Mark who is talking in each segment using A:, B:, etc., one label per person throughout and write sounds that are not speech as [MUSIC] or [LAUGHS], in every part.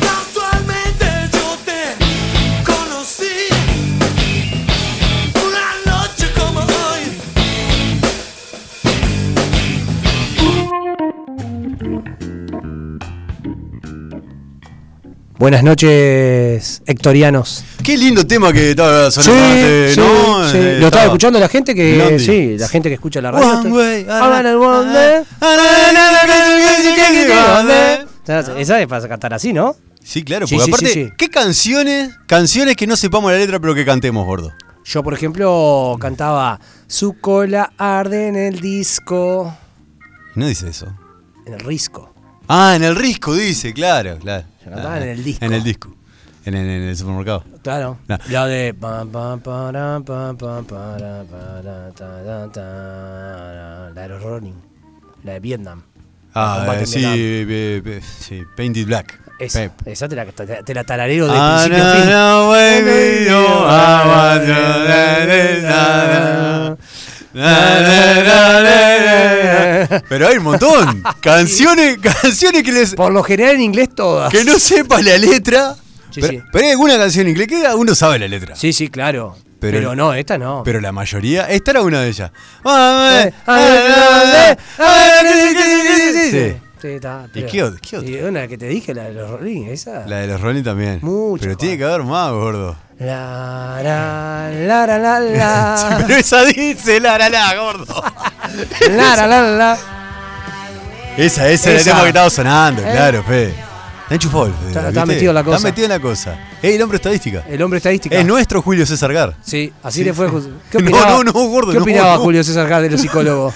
A: Casualmente yo te conocí una noche como hoy.
B: Buenas noches, Hectorianos.
C: Qué lindo tema que estaba
B: Sí,
C: sonando antes,
B: sí,
C: ¿no?
B: sí.
C: Eh,
B: Lo estaba escuchando la gente que.
C: Blondie.
B: Sí, la gente que escucha la radio.
C: One way,
B: Ah,
C: ah,
B: one way.
C: ah, ah,
B: Esa es para cantar así, ¿no?
C: Sí, claro,
B: Sí,
C: porque
B: sí,
C: aparte,
B: sí, sí.
C: ¿qué canciones? Canciones que no sepamos la letra, pero que cantemos, gordo.
B: Yo, por ejemplo, cantaba Su cola arde en el disco.
C: No dice eso.
B: En el risco.
C: Ah, en el risco dice, claro, claro. Ah,
B: Yo cantaba en el disco.
C: En el disco. En, en- en el supermercado.
B: Claro.
C: No.
B: La de. pa, pa, para, pa, pa, para, para, ta, ta, ta, La de los Rolling. La de Vietnam.
C: Ah,
B: Combate
C: eh,
B: en
C: sí,
B: Vietnam.
C: eh, eh, sí, Painted Black.
B: Esa,
C: Pep.
B: esa te, la, te, la tarareo de
C: Ah,
B: principio a fin.
C: no, Ah, no, baby, no, I
B: Ah,
C: want you, na, na, na, na. Na, na, na, na, na. Pero hay un
B: [LAUGHS]
C: montón. Canciones, canciones que les
B: Por lo general en inglés todas.
C: que no sepa la letra.
B: Sí,
C: pero,
B: sí.
C: pero hay alguna canción en inglés que uno sabe la letra.
B: Sí, sí, claro. Pero,
C: Pero-
B: no, esta no. Ah,
C: Pero la mayoría, esta era una de ellas. Ah, Sí.
B: Sí, está,
C: este. ¿Y
B: pero-
C: qué ot- qué otra?
B: y una que te dije, la de los Rolling, esa.
C: La de los Rolling también.
B: Mucho,
C: pero tiene
B: Juan.
C: que haber más, gordo.
B: La, la, la, la, la, [LAUGHS] la.
C: Sí, [LAUGHS] pero esa dice la la la, gordo.
B: La, la, la, la.
C: [LAUGHS] Esa, esa era el
B: Esa. Eh.
C: tema que estaba sonando, claro, Fede. Está enchufado el Fede,
B: Está- está
C: ¿viste?
B: metido en la cosa.
C: Está metido en la cosa. Es el hombre estadística.
B: El hombre estadístico.
C: Es nuestro Julio César
B: [LAUGHS]
C: Gar.
B: Sí, así
C: Sí,
B: le fue.
C: sí.
B: Jus- ¿Qué
C: [LAUGHS] No,
B: opinaba,
C: no, no, gordo,
B: ¿Qué
C: no,
B: opinaba
C: no.
B: Julio César Gá
C: [LAUGHS]
B: de los psicólogos?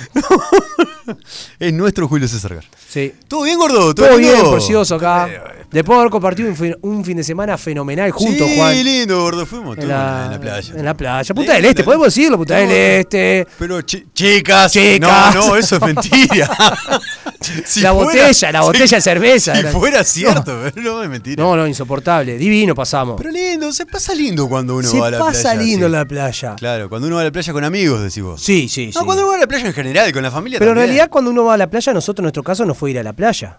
C: Es nuestro Julio César Gar.
B: Sí.
C: ¿Todo bien, gordo?
B: Todo bien,
C: lindo?
B: precioso
C: Eh,
B: acá. Después de haber compartido un fin, un fin de semana fenomenal juntos,
C: sí,
B: Juan.
C: lindo, gordo. Fuimos
B: En
C: todos
B: la,
C: en la playa.
B: En la playa. Punta del
C: Lindo,
B: Este, podemos decirlo, Punta del
C: No, no.
B: Este.
C: Pero chi- chicas,
B: Chicas.
C: No, no, eso es
B: [LAUGHS]
C: mentira. Si
B: la
C: fuera-
B: botella, la
C: si-
B: botella de cerveza.
C: Si
B: Era-
C: fuera cierto, [LAUGHS] pero no es mentira.
B: No, no, insoportable. Divino pasamos.
C: Pero lindo, se pasa lindo cuando uno
B: Se
C: va a la playa.
B: pasa lindo
C: sí.
B: en la playa.
C: Claro, cuando uno va a la playa con amigos, decís vos.
B: Sí, sí, sí.
C: No, cuando uno va a la playa en general, con la familia
B: Pero en
C: también.
B: realidad cuando uno va a la playa, nosotros en nuestro caso no fue ir a la playa.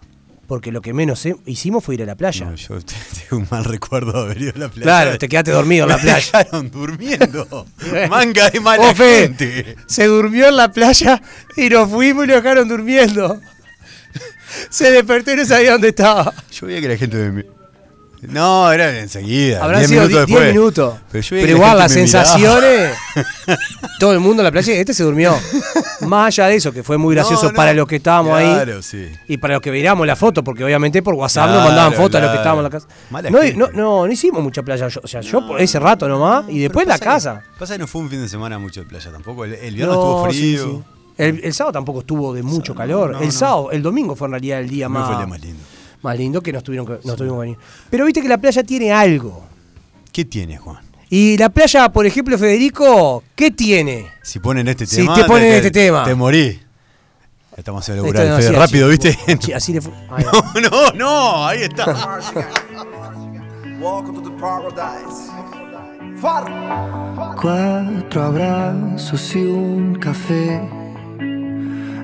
B: Porque lo que menos eh, hicimos fue ir a la playa. ¡Oh,
C: No, yo te- [LAUGHS] tengo un mal recuerdo de haber ido a la playa.
B: Claro, te quedaste dormido en la
C: Me
B: playa.
C: dejaron
B: [LAUGHS]
C: durmiendo. Manga de mala
B: Oh, Fede,
C: gente.
B: Se durmió en la playa y nos fuimos y lo dejaron durmiendo. Se despertó y no sabía dónde estaba.
C: Yo veía que la gente me... No, era enseguida.
B: Habrán
C: diez
B: sido
C: minutos
B: 10
C: después.
B: minutos.
C: Pero,
B: Pero,
C: yo veía que
B: igual,
C: la
B: las
C: gente me miraba. [LAUGHS]
B: sensaciones. todo el mundo en la playa. Este se durmió. Más allá de eso, que fue muy gracioso
C: No, no.
B: para los que estábamos ahí.
C: Claro, sí.
B: Y para los que miramos la foto, porque obviamente por WhatsApp nos
C: Claro,
B: mandaban fotos a los que
C: claro.
B: estábamos en la casa.
C: Mala
B: no,
C: gente.
B: no, no, no hicimos mucha playa. Yo- o sea, yo por ese rato nomás y
C: Pero
B: después la
C: pasa
B: casa.
C: Que, pasa que no fue un fin de semana mucho de playa tampoco. El, el viernes
B: No,
C: estuvo
B: sí,
C: frío.
B: sí. El, el sábado tampoco estuvo de mucho calor.
C: no,
B: el
C: no.
B: sábado, el domingo fue en realidad el día
C: No
B: más,
C: fue el día más lindo.
B: más lindo que nos tuvieron que, nos tuvimos que venir. Pero viste que la playa tiene algo.
C: ¿Qué tiene, Juan?
B: Y la playa, por ejemplo, Federico, ¿qué tiene?
C: Si ponen este
B: Si
C: tema.
B: te ponen este tema.
C: Te morí. Estamos haciendo laburar,
B: Esto no,
C: Fede,
B: así,
C: rápido,
B: así.
C: ¿viste?
B: Así, así le fue. Ahí va.
C: [LAUGHS] No, no, no, ahí
B: [LAUGHS]
C: está.
D: Welcome to the paradise. Far.
E: Cuatro abrazos y un café.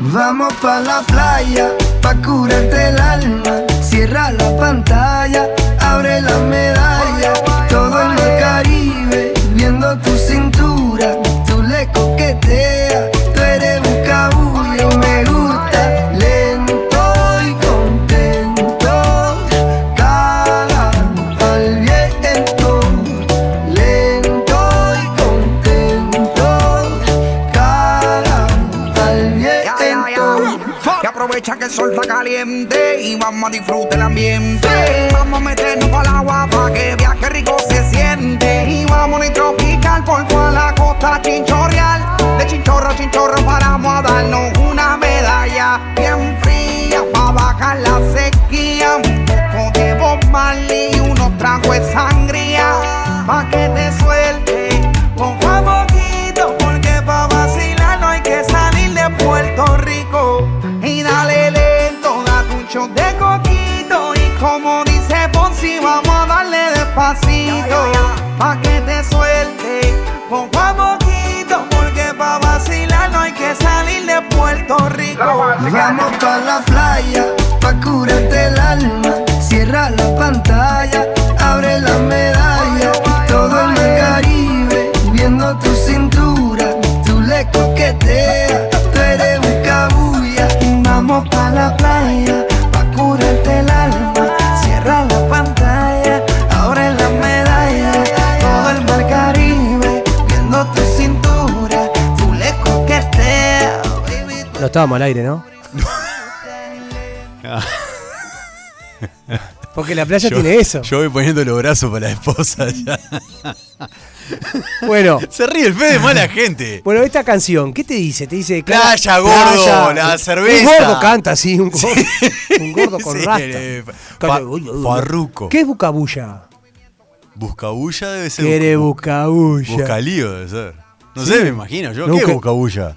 E: Vamos pa la playa, pa curarte el alma. Cierra la pantalla, abre la medalla. Todo en el Caribe, viendo tu cintura. Tú le coqueteas, tú eres un cabullo. Me gusta lento y contento. Cara al viento, lento y contento. Cara al
D: Ya, ya,
E: viento.
D: ya. Y aprovecha que el sol está caliente y vamos a disfrutar el ambiente. Vamos a meternos al agua para que viaje rico se siente. Y vamos a tropical por toda la costa chinchorreal. De chinchorro a chinchorro paramos a darnos trago es sangría, pa' que te suelte. Poco a poquito, porque pa' vacilar no hay que salir de Puerto Rico. Y dale lento, date un shot de coquito. Y como dice Ponzi, vamos a darle despacito, pa' que te suelte. Poco a poquito, porque pa' vacilar no hay que salir de Puerto Rico.
E: Vamos pa la playa, pa curarte el alma. Cierra la pantalla, abre la medalla. Todo en el Caribe, viendo tu cintura, tú le coqueteas, tú eres un cabulla. Vamos pa la playa, pa curarte el alma. Cierra la pantalla, abre la medalla. Todo el mar Caribe, viendo tu cintura, tú le coqueteas, baby. tú
B: No estábamos al aire, ¿no? Porque la playa tiene eso.
C: Ah. Yo voy poniendo los brazos para la esposa
B: [LAUGHS]
C: ya.
B: Bueno,
C: Se ríe el Fede, mala gente.
B: bueno, esta canción, ¿qué te dice? Te dice. claro,
C: Playa, gordo, la cerveza.
B: Un gordo canta así, un gordo, [LAUGHS] un gordo con
C: [LAUGHS] Sí,
B: rasta.
C: eh, fa-
B: Claro,
C: fa-
B: uy, uy, uy.
C: farruco.
B: ¿Qué es bucabulla?
C: Buscabulla debe ser.
B: Quiere
C: bu-
B: bucabulla.
C: Buscalío debe ser. No
B: Sí.
C: sé, me imagino yo.
B: Nunca-
C: ¿Qué es buscabulla?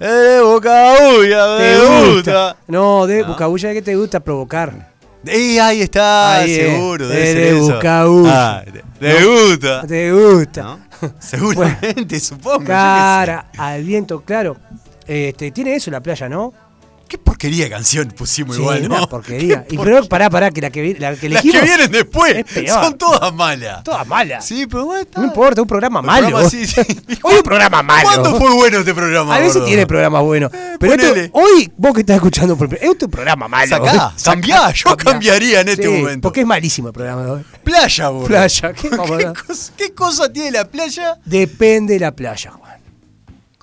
C: Eh, buscabulla, me gusta. Ah.
B: No, de bucabulla es que te gusta provocar.
C: Eh, ahí está,
B: Ahí es.
C: seguro. Debe
B: Eh,
C: ser
B: de
C: eso.
B: buscabulla.
C: Ah, te- te gusta.
B: Te gusta.
C: Ah.
B: [LAUGHS]
C: ¿no? Seguramente, supongo. yo qué sé.
B: Cara al viento, claro. Este, tiene eso la playa, ¿no?
C: Qué porquería de canción pusimos
B: Sí,
C: igual,
B: una
C: ¿no?
B: porquería.
C: [LAUGHS] Qué
B: Y
C: por-
B: pero pará, pará, que la que, vi- la que
C: Las
B: elegimos.
C: que vienen después
B: es peor.
C: son todas malas.
B: Todas malas.
C: Sí, pero bueno, está.
B: No importa, un programa
C: Un
B: malo.
C: programa, sí, sí.
B: [LAUGHS] Hoy un programa malo.
C: ¿Cuándo fue bueno este programa?
B: A veces
C: gordo? Eh,
B: tiene programas buenos. Pero esto-
C: ponele.
B: hoy, vos que estás escuchando, por- es un programa malo. [LAUGHS]
C: Sacá, cambiá, yo cambiaría en este
B: Sí,
C: momento.
B: Porque es malísimo el programa de hoy.
C: Playa, boludo.
B: Playa, ¿qué vamos a
C: ¿Qué,
B: hablar?
C: cosa, qué cosa tiene la playa?
B: Depende de la playa, Juan.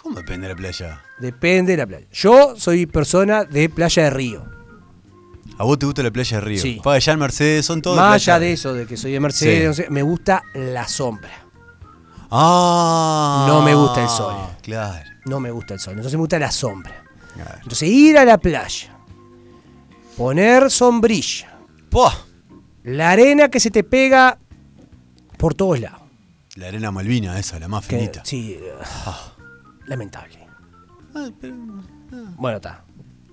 C: ¿Cómo depende la playa?
B: Depende de la playa. Yo soy persona de playa de río.
C: ¿A vos te gusta la playa de Río?
B: Sí.
C: Pabellán, Mercedes, son todos
B: Más allá de eso, de que soy de Mercedes,
C: Sí.
B: no sé, me gusta la sombra.
C: Ah.
B: No me gusta el sol.
C: Claro.
B: No me gusta el sol, entonces me gusta la sombra.
C: claro.
B: Entonces ir a la playa, poner sombrilla,
C: Puah,
B: la arena que se te pega por todos lados.
C: La arena malvina esa, la más
B: Que-
C: finita. Ah.
B: sí. Lamentable. Bueno, está.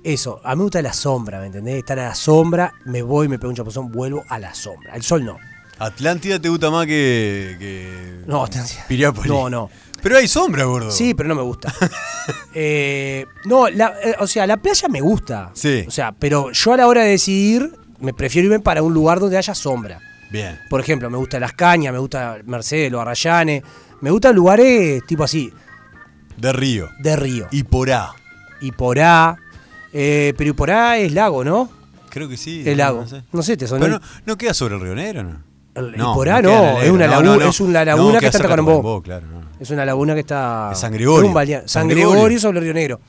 B: Eso, a mí me gusta la sombra, ¿me entendés? Estar a la sombra, me voy, me pego un chapuzón, vuelvo a la sombra. El sol no.
C: Atlántida te gusta más que. que
B: No,
C: Piriápolis.
B: No, no.
C: Pero hay sombra, gordo.
B: Sí, pero no
C: [LAUGHS]
B: me gusta. Eh, no, la- eh, o sea, la playa me gusta.
C: Sí.
B: O sea, pero yo a la hora de decidir, me prefiero irme para un lugar donde haya sombra.
C: Bien.
B: Por ejemplo, me gusta Las Cañas, me gusta Mercedes, Los Arrayanes. Me gustan lugares tipo así,
C: De Río.
B: de río.
C: Y por A.
B: Y por A. Eh, pero Iporá es lago, ¿no?
C: Creo que sí.
B: Es
C: no,
B: lago.
C: No, sé.
B: No sé, te sonó.
C: Pero no, no queda sobre el Río Negro, ¿no?
B: El-
C: queda
B: Iporá
C: en
B: no,
C: el
B: es
C: Negro.
B: una
C: No,
B: lagu-
C: no, no.
B: es una
C: No,
B: laguna que
C: queda
B: está en
C: cerca de
B: Tacuarembó.
C: Tacuarembó, claro, no.
B: Es una laguna que está.
C: Es San Gregorio.
B: es un balneario. San
C: San
B: Gregorio.
C: Gregorio.
B: sobre el Río Negro.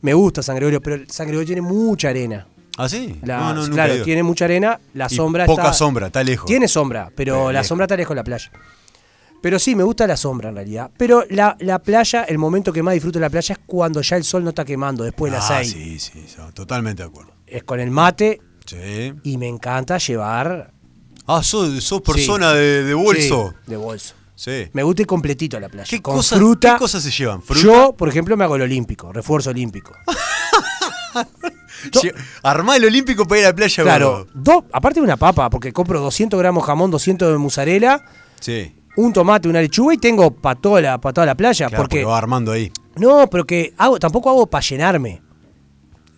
B: Me gusta San Gregorio, pero el San Gregorio tiene mucha arena.
C: ¿Ah, sí?
B: La-
C: no, no, nunca he
B: claro,
C: ido.
B: tiene mucha arena, la
C: Y
B: sombra
C: poca
B: está-
C: sombra, está lejos.
B: Tiene sombra, pero
C: Está
B: la
C: lejos.
B: sombra está lejos de la playa. Pero sí, me gusta la sombra en realidad. Pero la, la playa, el momento que más disfruto de la playa es cuando ya el sol no está quemando, después de las
C: Ah,
B: seis.
C: sí, sí, sí, totalmente de acuerdo.
B: Es con el mate
C: Sí.
B: y me encanta llevar.
C: Ah, sos, sos persona
B: Sí.
C: de, de bolso.
B: Sí, de bolso.
C: Sí.
B: Me gusta ir completito a la playa.
C: ¿Qué,
B: con
C: cosas,
B: fruta.
C: ¿Qué cosas se llevan? ¿Fruta? Ah,
B: Yo, por ejemplo, me hago el olímpico, refuerzo olímpico. yo-
C: Lle- Armá el olímpico para ir a la playa,
B: claro,
C: gordo.
B: dos, aparte de una papa, porque compro 200 gramos jamón, 200 de mozzarella,
C: Sí.
B: un tomate, una lechuga y tengo para toda la, pa' toda la playa.
C: Claro, porque,
B: Ah, porque,
C: va armando ahí.
B: No, pero que hago, tampoco hago para llenarme.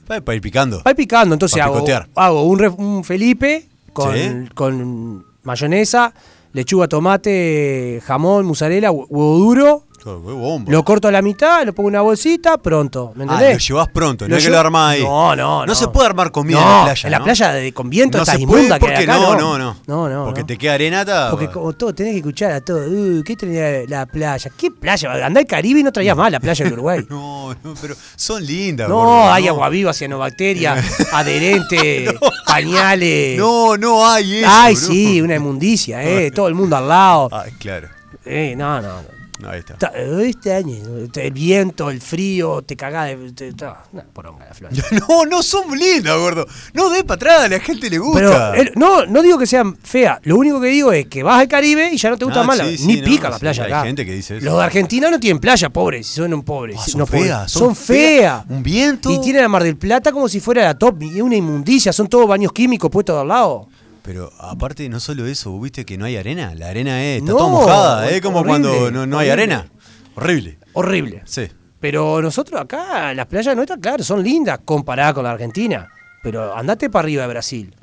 C: Para, ir picando.
B: Va picando, entonces
C: Pa'
B: hago,
C: picotear.
B: hago un, ref- un Felipe con,
C: Sí.
B: con mayonesa, lechuga, tomate, jamón, mozzarella, hue- huevo duro.
C: Oh, qué bomba.
B: Lo corto a la mitad, lo pongo en una bolsita, pronto. ¿Me
C: Ah,
B: entendés?
C: lo llevás pronto, no es que
B: llevo-
C: lo armás ahí.
B: No, no, no.
C: No se puede armar comida
B: No,
C: en la playa,
B: En la
C: ¿no?
B: playa de, con viento
C: no
B: está
C: se puede
B: inmunda que
C: porque
B: acá,
C: no,
B: no,
C: no, no.
B: No, no,
C: Porque
B: no.
C: te queda arenata.
B: Porque como todo, tenés que escuchar a todo. Uh, ¿Qué tenía la playa? ¿Qué playa? Andá al Caribe y no traías más la playa del Uruguay. no,
C: [LAUGHS] No, no, pero son lindas, gordo,
B: hay
C: [LAUGHS]
B: aguaviva, cianobacteria, adherente,
C: No.
B: pañales.
C: No, no hay eso. Ah.
B: Ay,
C: bro.
B: sí, una inmundicia, eh. Todo el mundo al lado.
C: Ay, claro.
B: Eh, no, no. no.
C: No, ahí está.
B: Ta- Este año, el viento, el frío, te cagás de. te- ta- una poronga la flor.
C: [LAUGHS] No, no son lindas, gordo. No de para atrás, a la gente le gusta.
B: Pero eh, el- no, no digo que sean feas. Lo único que digo es que vas al Caribe y ya no te gusta
C: Ah,
B: más. la-
C: sí, sí,
B: ni
C: no,
B: pica la
C: sí,
B: playa
C: hay
B: acá.
C: gente que dice eso.
B: Los de Argentina no tienen playa, pobres. Son un pobre.
C: Ah,
B: si-
C: son
B: no pobres.
C: feas, son
B: Son feas.
C: feas. Un viento.
B: Y tienen a Mar del Plata como si fuera la top. Y es una inmundicia. Son todos baños químicos puestos de al lado.
C: Pero aparte, no solo eso, ¿vos ¿viste que no hay arena? La arena es, está
B: No,
C: toda mojada, es
B: hor-
C: como
B: horrible,
C: cuando no, no hay
B: horrible.
C: arena. Horrible.
B: Horrible.
C: Sí.
B: Pero nosotros acá, las playas nuestras, claro, son lindas comparadas con la Argentina. Pero andate para arriba de Brasil.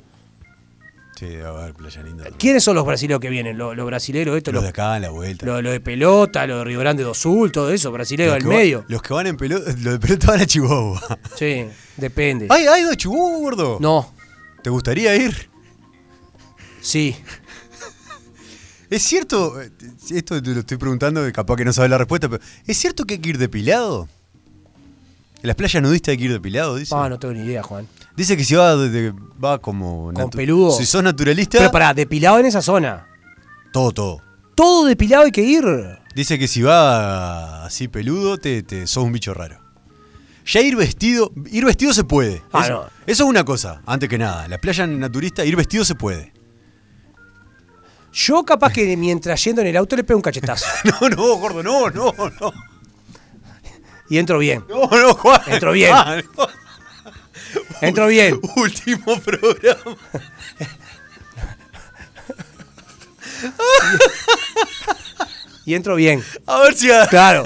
C: Sí, a ver, playa linda.
B: ¿Quiénes son los brasileños que vienen? Los, los brasileros, estos,
C: Los
B: los,
C: de acá, en la vuelta.
B: los- los de pelota, los de Río Grande do Sul, todo eso, brasileños del
C: que va-
B: medio.
C: los que van en pelota, [LAUGHS] los de pelota van a Chihuahua.
B: Sí, depende.
C: ¿Hay, hay de Chihuahua, gordo?
B: No,
C: ¿Te gustaría ir?
B: sí.
C: ¿Es cierto? eh, Esto te lo estoy preguntando, capaz que no sabes la respuesta, pero ¿es cierto que hay que ir depilado? En las playas nudistas hay que ir depilado, dice.
B: Ah, no tengo ni idea, Juan.
C: Dice que si va, de- de- va como.
B: Con
C: natu-
B: peludo.
C: Si sos naturalista,
B: Pero pará, depilado en esa zona.
C: todo, todo.
B: Todo depilado hay que ir.
C: Dice que si va así peludo, te, te- sos un bicho raro. Ya ir vestido, ir vestido se puede.
B: Ah,
C: eso,
B: no.
C: eso es una cosa, antes que nada. En La playa naturista, ir vestido se puede. [LAUGHS]
B: Yo capaz que mientras yendo en el auto le pego un cachetazo.
C: No, no, gordo, no, no, no.
B: Y entro bien.
C: No, no, Juan.
B: Entró bien.
C: Juan, Juan.
B: Entro bien.
C: Último programa.
B: Y entro bien.
C: A ver si, a,
B: Claro.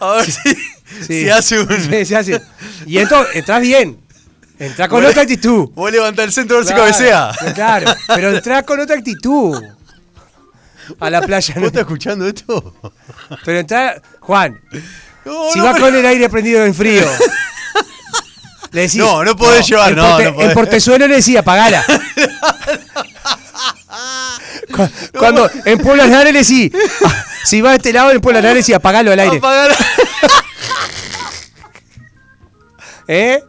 C: a ver si,
B: Sí.
C: si hace un.
B: Sí, se hace. Y entro, entras bien. Entrás con otra actitud.
C: Vos levantás el centro a ver si cabecea.
B: Claro, pero entrás con otra actitud. A la playa.
C: ¿Vos estás escuchando esto?
B: Pero entrás, Juan,
C: No,
B: si
C: no,
B: vas
C: pero-
B: con el aire prendido en frío. Le decís,
C: No, no podés llevar,
B: en
C: Ah, no,
B: Porte-
C: no podés.
B: En Portezuelo le
C: [LAUGHS]
B: decía, apagala. Cu- Cuando en Pueblo Linares le decís, ah, si vas a este lado en Pueblo Linares le decís, apagalo al aire.
C: Apagar-
B: ¿Eh?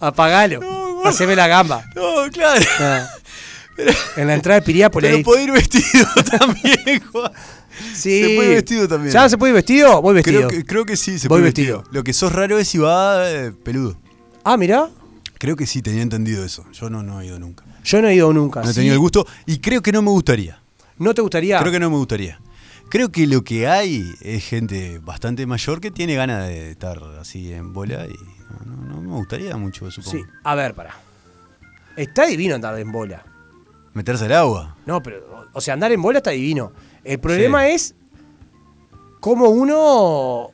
B: Apagalo. Haceme la gamba.
C: [LAUGHS] No, claro.
B: Ah. En la entrada de Piriápolis.
C: Pero
B: ahí.
C: puede ir vestido [LAUGHS] también, Juan.
B: Sí.
C: se puede ir vestido también.
B: ¿Ya se puede ir vestido? Voy vestido.
C: Creo que, creo que sí, se puede
B: Voy
C: ir
B: vestido.
C: vestido. Lo que sos raro es si va eh, peludo.
B: Ah, mirá.
C: Creo que sí, tenía entendido eso. Yo no, no he ido nunca.
B: Yo no he ido nunca.
C: No he
B: Ah, ¿sí? Ah.
C: tenido el gusto y creo que no me gustaría.
B: ¿No te gustaría?
C: Creo que no me gustaría. Creo que lo que hay es gente bastante mayor que tiene ganas de estar así en bola y no, no- no me gustaría mucho, supongo.
B: Sí. A ver, pará. Está divino andar en bola.
C: Meterse al agua.
B: No, pero, o sea, andar en bola está divino. El problema es cómo uno.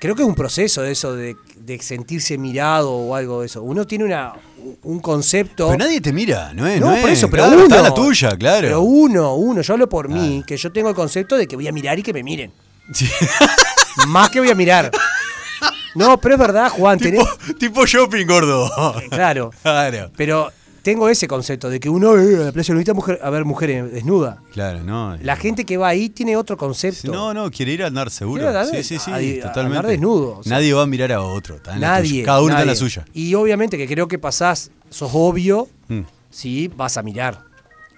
B: Creo que es un proceso de eso, de, de sentirse mirado o algo de eso. Uno tiene una, un concepto.
C: Pero nadie te mira, ¿no es?
B: no,
C: es,
B: por eso, pero
C: claro,
B: uno.
C: Está la tuya, claro.
B: Pero uno, uno. Yo hablo por mí,
C: Claro.
B: que yo tengo el concepto de que voy a mirar y que me miren.
C: Sí.
B: [LAUGHS] Más que voy a mirar. No, pero es verdad, Juan. tenés-
C: [LAUGHS] tipo, tipo shopping, gordo.
B: [LAUGHS] Claro.
C: Claro.
B: Pero tengo ese concepto de que uno eh, a la playa nudista mujer, a ver mujeres desnuda.
C: Claro, no.
B: La gente que va ahí tiene otro
C: Sí,
B: concepto.
C: No, no, quiere ir a andar seguro.
B: Quiere andar de-
C: sí, sí, sí,
B: a- a-
C: totalmente.
B: andar desnudo, o sea.
C: Nadie va a mirar a otro. está en la
B: nadie.
C: tuya. Cada uno está en la
B: nadie.
C: suya.
B: Y obviamente que creo que pasás, sos obvio,
C: Mm.
B: sí, vas a mirar.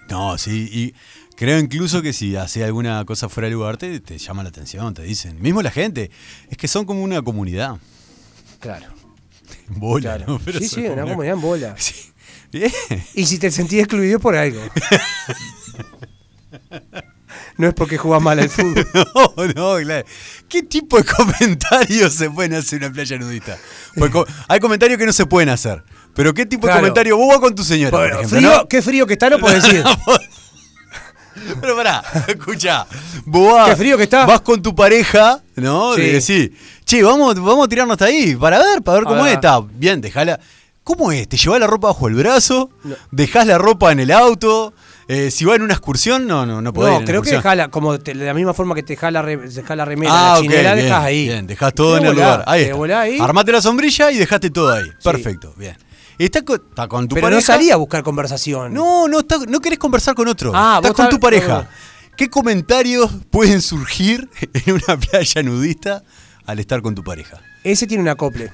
C: No, sí, y creo incluso que si hace alguna cosa fuera de lugar te, te llama la atención, te dicen. Mismo la gente. Es que son como una comunidad.
B: Claro.
C: En bola,
B: claro.
C: ¿no? Pero
B: sí,
C: son
B: sí, una
C: como
B: comunidad en bola.
C: [LAUGHS] Sí. Bien. [LAUGHS]
B: Y si te sentís excluido por algo. no es porque jugás mal al fútbol.
C: [LAUGHS] No, no, claro. ¿Qué tipo de [LAUGHS] comentarios se pueden hacer en una playa nudista? Porque co- hay comentarios que no se pueden hacer. Pero ¿qué tipo
B: Claro.
C: de comentario vos vas con tu señora? por
B: Bueno,
C: ejemplo,
B: frío,
C: ¿no?
B: Qué frío que está,
C: [LAUGHS]
B: no podés decir. [LAUGHS]
C: Pero pará, escuchá. Vos vas-
B: Qué frío que está.
C: Vas con tu pareja, ¿no?
B: Sí.
C: Y decís, che, vamos, vamos a tirarnos hasta ahí para ver, para ver
B: A
C: cómo
B: ver.
C: es. Está bien, dejala. ¿Cómo es? ¿Te llevas la ropa bajo el brazo? ¿Dejás la ropa en el auto? Eh, si va en una excursión, no, no, no podés. ir
B: No,
C: en
B: creo que
C: excursión.
B: jala, como te- de la misma forma que te jala, re- te jala la remera,
C: Ah,
B: la
C: ok,
B: chinela,
C: bien,
B: dejas ahí.
C: Bien, dejás todo
B: Te
C: en el
B: volá,
C: lugar. Ahí.
B: te
C: está.
B: volá ahí,
C: Armate la sombrilla y dejaste todo ahí. Perfecto, bien. Estás con, está con tu
B: pero
C: pareja.
B: no salí a buscar conversación.
C: No, no, está- no querés conversar con otro.
B: Ah,
C: estás
B: vos
C: con
B: estás-
C: tu pareja.
B: no, no.
C: ¿Qué comentarios pueden surgir [LAUGHS] en una playa nudista al estar con tu pareja? [LAUGHS]
B: Ese tiene un acople.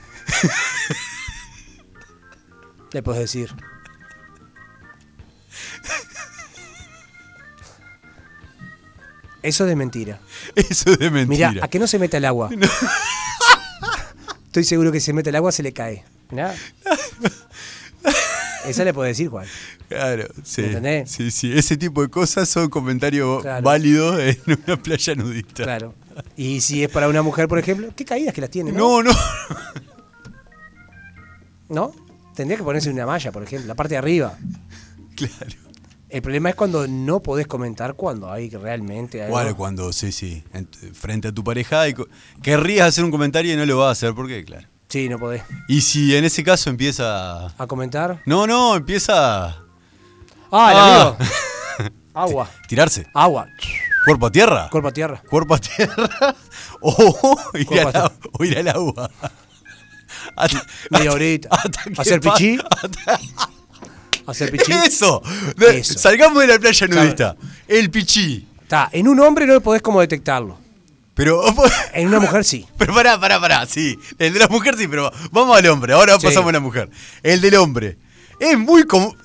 B: Le puedes decir. Eso es de mentira.
C: Eso es de mentira.
B: Mirá, a que no se meta el agua. Estoy seguro que si se mete el agua se le cae. Mirá. Esa le puedo decir, Juan.
C: Claro, sí.
B: ¿Entendés?
C: Sí, sí. Ese tipo de cosas son comentarios
B: Claro.
C: válidos en [LAUGHS] una playa nudista.
B: Claro. Y si es para una mujer, por ejemplo, ¿qué caídas que las tiene? No.
C: No, [LAUGHS] no.
B: ¿No? Tendría que ponerse una malla, por ejemplo, la parte de arriba.
C: claro.
B: El problema es cuando no podés comentar cuando hay realmente algo.
C: Bueno, cuando, sí, sí. en- frente a tu pareja y co- querrías hacer un comentario y no lo vas a hacer, ¿por qué? Claro.
B: Sí, no podés.
C: Y si en ese caso empieza.
B: ¿A comentar?
C: No, no, empieza a
B: Ah, el
C: Ah.
B: amigo. [LAUGHS] Agua.
C: tirarse.
B: Agua.
C: Cuerpo a tierra.
B: Cuerpo a tierra.
C: Cuerpo a tierra. [LAUGHS] O ir,
B: Cuerpo
C: al,
B: a
C: agua- o ir al agua. Hasta-
B: Media
C: hasta-
B: horita.
C: hasta que
B: Hacer
C: pa-
B: pichí.
C: hasta-
B: Hacer [LAUGHS] pichí.
C: [LAUGHS] Eso. De-
B: Eso.
C: Salgamos de la playa
B: Claro.
C: nudista. El pichí.
B: Está, en un hombre no podés como detectarlo.
C: Pero. [LAUGHS]
B: En una mujer sí.
C: Pero pará, pará, pará, sí. El de la mujer sí, pero vamos al hombre. Ahora
B: Sí.
C: pasamos a la mujer. El del hombre. Es muy común.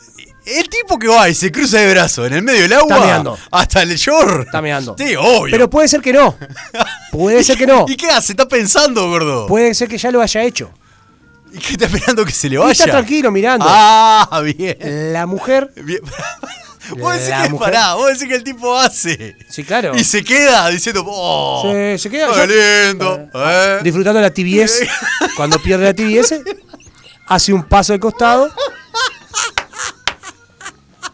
C: El tipo que va y se cruza de brazo en el medio del agua.
B: Está meando.
C: Hasta el short.
B: Está meando.
C: Sí, obvio. [LAUGHS]
B: Pero puede ser que no. Puede ser que no.
C: ¿Y qué hace? Está pensando, gordo.
B: Puede ser que ya lo haya hecho.
C: [LAUGHS] ¿Y qué está esperando que se le
B: Y
C: vaya?
B: está tranquilo mirando.
C: Ah,
B: [LAUGHS]
C: bien.
B: La mujer.
C: Bien. Vos decís
B: La
C: que
B: mujer-
C: pará, vos decís que el tipo hace.
B: Sí, claro.
C: Y se queda diciendo, oh,
B: Se, se queda
C: qué
B: ya-
C: lindo.
B: eh,
C: eh".
B: disfrutando la tibieza. Cuando pierde la tibieza, hace un paso al costado.